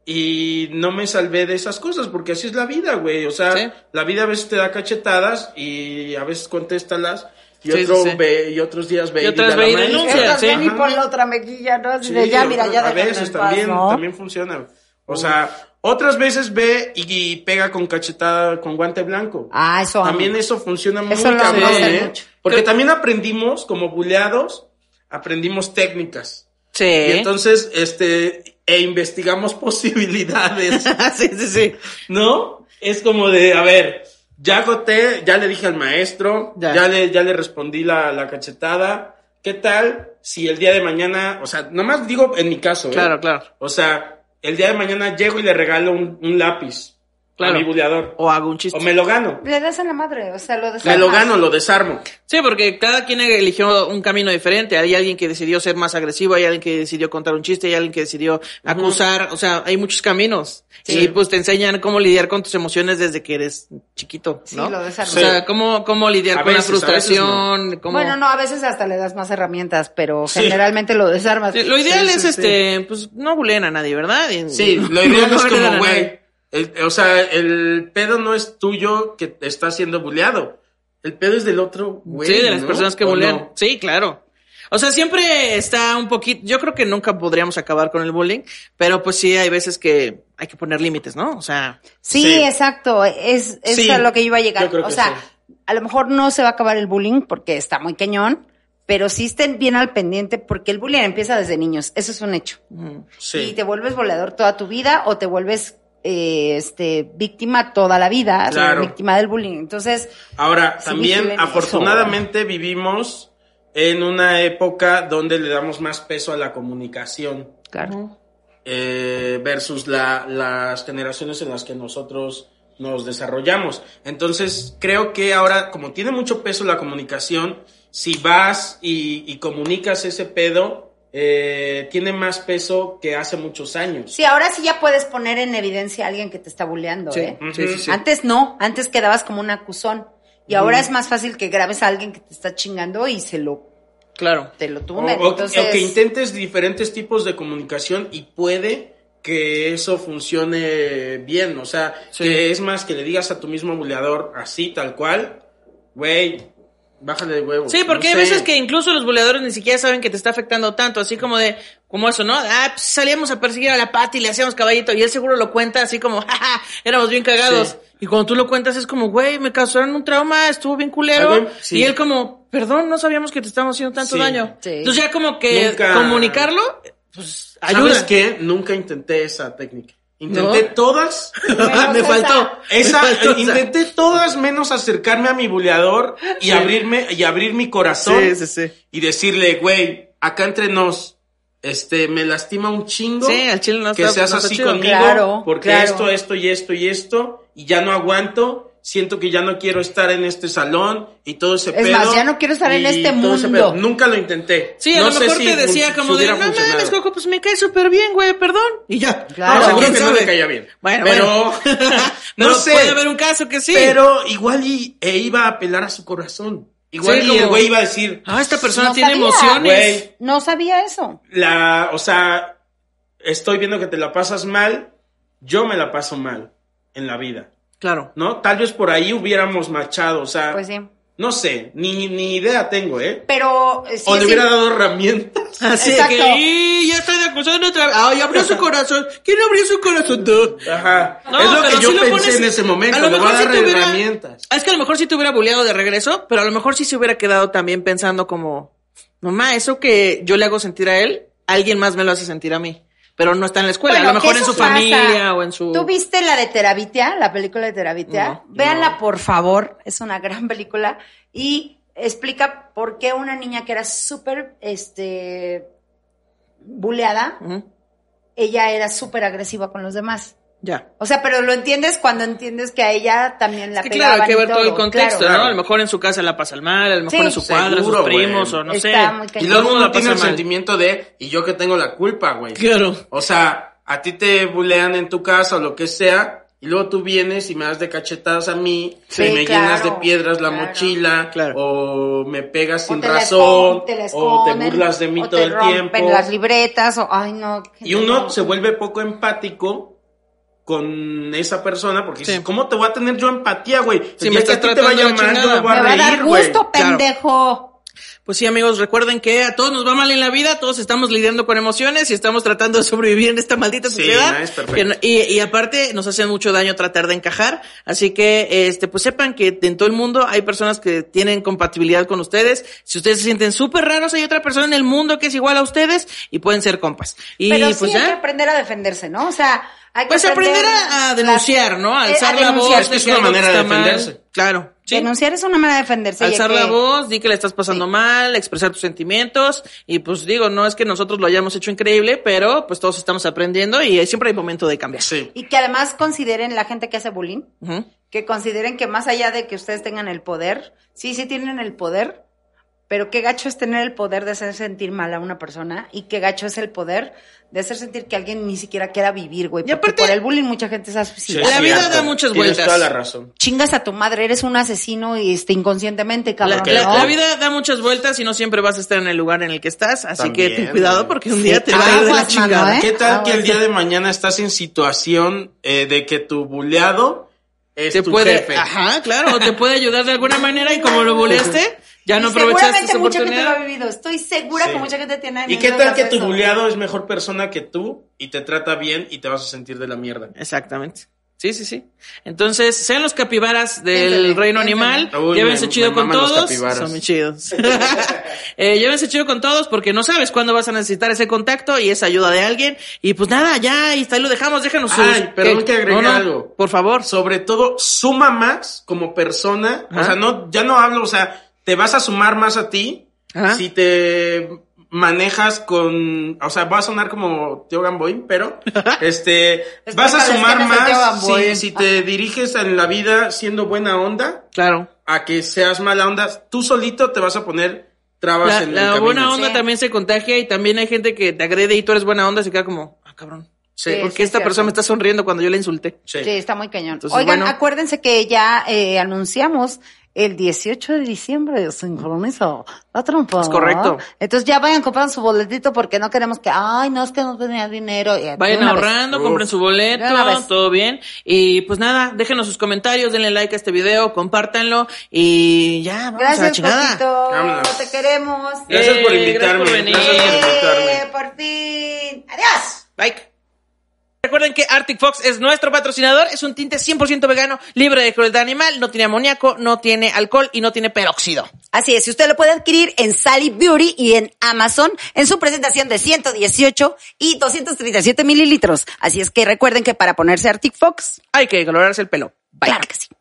y no me salvé de esas cosas, porque así es la vida, güey. O sea, Sí. la vida a veces te da cachetadas y a veces contéstalas y, Sí, otro sí, sí. ve- y otros días ve Y otras dile ve a la y maestra. denuncia, Estas sí. ven y Ajá. pon la otra mejilla, ¿no? Así Sí, de, ya, mira, ya a déjame en veces paz, también, ¿no? también funciona. O sea, otras veces ve y, y pega con cachetada, con guante blanco. Ah, eso amo. También eso funciona muy Eso lo cabrón, hacen ¿eh? mucho. Porque Creo- también aprendimos, como buleados, aprendimos técnicas. Sí. Y entonces, este, e investigamos posibilidades, sí, sí, sí. ¿no? Es como de, a ver, ya agoté, ya le dije al maestro, Ya. ya, le, ya le respondí la, la cachetada. ¿Qué tal si el día de mañana, o sea, nomás digo en mi caso, ¿eh? Claro, claro. O sea, el día de mañana llego y le regalo un, un lápiz Claro. a mi buleador. O hago un O chiste. me lo gano. Le das en la madre, o sea, lo desarmas. Me lo gano, lo desarmo. Sí, porque cada quien eligió un camino diferente. Hay alguien que decidió ser más agresivo, hay alguien que decidió contar un chiste, hay alguien que decidió acusar. O sea, hay muchos caminos. Y pues te enseñan cómo lidiar con tus emociones desde que eres chiquito, Sí, ¿no? lo o desarmas. sea, cómo, cómo lidiar A con veces, la a veces no. frustración. cómo- Bueno, no, a veces hasta le das más herramientas, pero Sí. generalmente lo desarmas. Sí, Lo ideal Sí, es sí, sí. este, pues no buleen a nadie, ¿verdad? Y- Sí, lo no ideal es agredan como, a güey. nadie. el- O sea, el pedo no es tuyo que te está siendo buleado. El pedo es del otro, güey. Sí, de las ¿no? personas que ¿O bulean. no? Sí, claro. O sea, siempre está un poquito. Yo creo que nunca podríamos acabar con el bullying, pero pues sí hay veces que hay que poner límites, ¿no? O sea, Sí, Sí. exacto. Es, es Sí, a lo que iba a llegar. yo creo O que sea, a lo mejor no se va a acabar el bullying porque está muy cañón, pero sí estén bien al pendiente porque el bullying empieza desde niños. Eso es un hecho. Y mm, Sí. te vuelves volador toda tu vida o te vuelves eh, este víctima toda la vida, o sea, Claro. víctima del bullying. Entonces, Ahora, Sí, también vigilen eso. afortunadamente vivimos en una época donde le damos más peso a la comunicación claro. eh, versus la- las generaciones en las que nosotros nos desarrollamos. Entonces, creo que ahora, como tiene mucho peso la comunicación, si vas y, y comunicas ese pedo, eh, tiene más peso que hace muchos años. Sí, ahora sí ya puedes poner en evidencia a alguien que te está bulleando, sí, Mm, ¿eh? sí, sí, sí. Antes no, antes quedabas como un acusón. Y Mm. ahora es más fácil que grabes a alguien que te está chingando y se lo, claro. te lo O, tumben. o- Entonces, o que intentes diferentes tipos de comunicación y puede que eso funcione bien. O sea, Sí. que es más que le digas a tu mismo buleador así, tal cual, güey, bájale de huevo. Sí, porque no hay sé. veces que incluso los buleadores ni siquiera saben que te está afectando tanto, así como de, como eso, ¿no? Ah, pues, salíamos a perseguir a la pata y le hacíamos caballito, y él seguro lo cuenta así como, jaja, éramos bien cagados. Sí. Y cuando tú lo cuentas es como, güey, me causaron un trauma, estuvo bien culero. Algo- sí. Y él como, perdón, no sabíamos que te estábamos haciendo tanto Sí. daño. Sí. Entonces ya como que Nunca- comunicarlo, pues ¿Sabes ayuda. qué? Nunca intenté esa técnica. Intenté ¿No? todas. me faltó. Esa, Me faltó esa. intenté todas menos acercarme a mi buleador y abrirme y abrir mi corazón Sí, sí, sí. y decirle, güey, acá entre nos, este, me lastima un chingo Sí, al chile no que está- seas no está así chido. conmigo, Claro, porque claro. esto, esto y esto y esto y ya no aguanto. Siento que ya no quiero estar en este salón y todo ese Es pedo. más, ya no quiero estar en y este todo ese mundo. pedo. Nunca lo intenté. Sí, a No lo sé mejor si te decía fun- como si de, hubiera no mames, funcionado. Coco, pues me cae súper bien, güey, perdón. Y ya. Claro. No, Ahora, seguro ¿quién que no sabe? le caía bien. Bueno, pero, bueno. no Pero sé. Puede haber un caso que sí. Pero igual y, e iba a apelar a su corazón. Igual Sí, y como- el güey iba a decir, Ah, esta persona No tiene sabía. emociones. güey, no sabía eso. la, o sea, estoy viendo que te la pasas mal, yo me la paso mal en la vida, Claro. ¿no? Tal vez por ahí hubiéramos machado, o sea, Pues sí. no sé, ni, ni idea tengo, ¿eh? Pero eh, sí, o le sí. Ah, hubiera dado herramientas. Así Exacto. que "Y, ya estoy de acusando otra vez. Ay, Ah, abrió su corazón. ¿Quién abrió su corazón? Tú. Ajá. No, es lo pero que yo sí lo pensé pones- en ese a momento, lo le voy a mejor sí dar te hubiera- herramientas. Ah, Es que a lo mejor sí te hubiera buleado de regreso, pero a lo mejor sí se hubiera quedado también pensando como, mamá, eso que yo le hago sentir a él, alguien más me lo hace sentir a mí. Pero no está en la escuela, Bueno, a lo que mejor en eso su pasa. familia o en su... ¿Tú viste la de Terabitia, la película de Terabitia? Mm. No, Véanla, por favor. Es una gran película. Y explica por qué una niña que era súper, este, buleada, Ujú, ella era súper agresiva con los demás. Ya. O sea, pero lo entiendes cuando entiendes que a ella también la Es que claro, hay pegaban que y ver todo el todo, contexto, claro. ¿no? A lo mejor en su casa la pasa mal, a lo mejor Sí. en su cuadra, Seguro, sus güey. primos o no Está sé. muy cañón. Y Todo el luego mundo uno la tiene pasa el mal. sentimiento de, y yo que tengo la culpa, güey. Claro. O sea, a ti te bulean en tu casa o lo que sea, y luego tú vienes y me das de cachetadas a mí, Sí, y me claro, llenas de piedras la claro. mochila, Claro. o me pegas O sin te la razón, esconden, te la o te esconden, burlas de mí o todo te el rompen tiempo. las libretas, o, ay, no. Y uno se vuelve poco empático con esa persona, porque Sí. dices, ¿cómo te voy a tener yo empatía, güey? Si El me día que estás a ti te tratando vaya la mal, yo chingada. me voy a Me va a dar reír, güey. gusto, claro. pendejo. Pues sí, amigos, recuerden que a todos nos va mal en la vida, todos estamos lidiando con emociones y estamos tratando de sobrevivir en esta maldita Sí, sociedad. no es perfecto. Que no- y, y aparte nos hacen mucho daño tratar de encajar, así que este pues sepan que en todo el mundo hay personas que tienen compatibilidad con ustedes. Si ustedes se sienten súper raros, hay otra persona en el mundo que es igual a ustedes y pueden ser compas. Y Pero pues sí hay ya. que aprender a defenderse, ¿no? O sea, hay que Pues aprender a, a denunciar, ¿no? A eh, Alzar a la denunciar. voz. Es que es que una algo manera de está mal. defenderse. Claro. Sí. Denunciar es una manera de defenderse. y de Alzar que- la voz, di que la estás pasando mal, expresar tus sentimientos. Y pues digo, no es que nosotros lo hayamos hecho increíble, pero pues todos estamos aprendiendo y hay- siempre hay momento de cambiar. Sí. Y que además consideren la gente que hace bullying, Ujú. que consideren que más allá de que ustedes tengan el poder, sí, sí tienen el poder, pero qué gacho es tener el poder de hacer sentir mal a una persona y qué gacho es el poder de hacer sentir que alguien ni siquiera quiera vivir, güey. Y Porque aparte- por el bullying mucha gente se ha sí, suicidado. es La vida da muchas Tienes vueltas. toda la razón. Chingas a tu madre, eres un asesino este, inconscientemente, La, cabrón. la- ¿no? la vida da muchas vueltas y no siempre vas a estar en el lugar en el que estás, así que También, ten cuidado güey. porque un día Sí, te va a ir de la aguas, mano, chingada. ¿eh? ¿Qué tal Ah, que el bueno. día de mañana estás en situación eh, de que tu buleado es Te tu puede, jefe? ajá, claro, o te puede ayudar de alguna manera y como lo buleaste, ya no Y aprovechaste seguramente esa mucha gente lo ha oportunidad. vivido. Estoy segura Sí. que mucha gente tiene. ¿Y qué tal que tu eso. buleado es mejor persona que tú y te trata bien y te vas a sentir de la mierda? Exactamente. Sí, sí, sí. Entonces, sean los capibaras del Piénsenle, reino piénsenle. animal. Uy, llévense me- chido me con maman los todos. capibaras. Son muy chidos. Eh, llévense chido con todos porque no sabes cuándo vas a necesitar ese contacto y esa ayuda de alguien. Y pues nada, ya, y hasta ahí lo dejamos. Déjanos sus- Ay, perdón ¿qué? que No, agregué no, algo. Por favor. Sobre todo, suma más como persona. Ajá. O sea, no, ya no hablo, o sea, te vas a sumar más a ti Ajá. si te manejas con. O sea, va a sonar como Tío Gamboy, pero este. Es vas a para las sumar que no son Tío más Gamboy. si, si te diriges en la vida siendo buena onda Claro. a que seas mala onda. Tú solito te vas a poner trabas La, en la el camino. buena onda Sí. también se contagia y también hay gente que te agrede y tú eres buena onda y se queda como, ah, cabrón. Sí, Sí, ¿Por qué sí, esta cierto. persona me está sonriendo cuando yo la insulté? sí. Sí, está muy cañón. Entonces, Oigan, bueno. acuérdense que ya eh, anunciamos el 18 de diciembre, sincronizo, la trompa. Es correcto. Entonces ya vayan comprando su boletito porque no queremos que, ay, no, es que no tenía dinero. Eh, Vayan una vez. ahorrando, Uf. compren su boleto, De una vez. todo bien. Y pues nada, déjenos sus comentarios, denle like a este video, compártanlo y ya, vamos a la Gracias, chingada. Cosito. Vámonos. Te queremos. Gracias por Eh, gracias invitarme. por venir. Gracias por invitarme. Eh, por fin. Adiós. Like. Recuerden que Arctic Fox es nuestro patrocinador, es un tinte 100% vegano, libre de crueldad animal, no tiene amoníaco, no tiene alcohol y no tiene peróxido. Así es, y usted lo puede adquirir en Sally Beauty y en Amazon en su presentación de 118 y 237 mililitros. Así es que recuerden que para ponerse Arctic Fox, Hay que colorarse el pelo. claro que sí.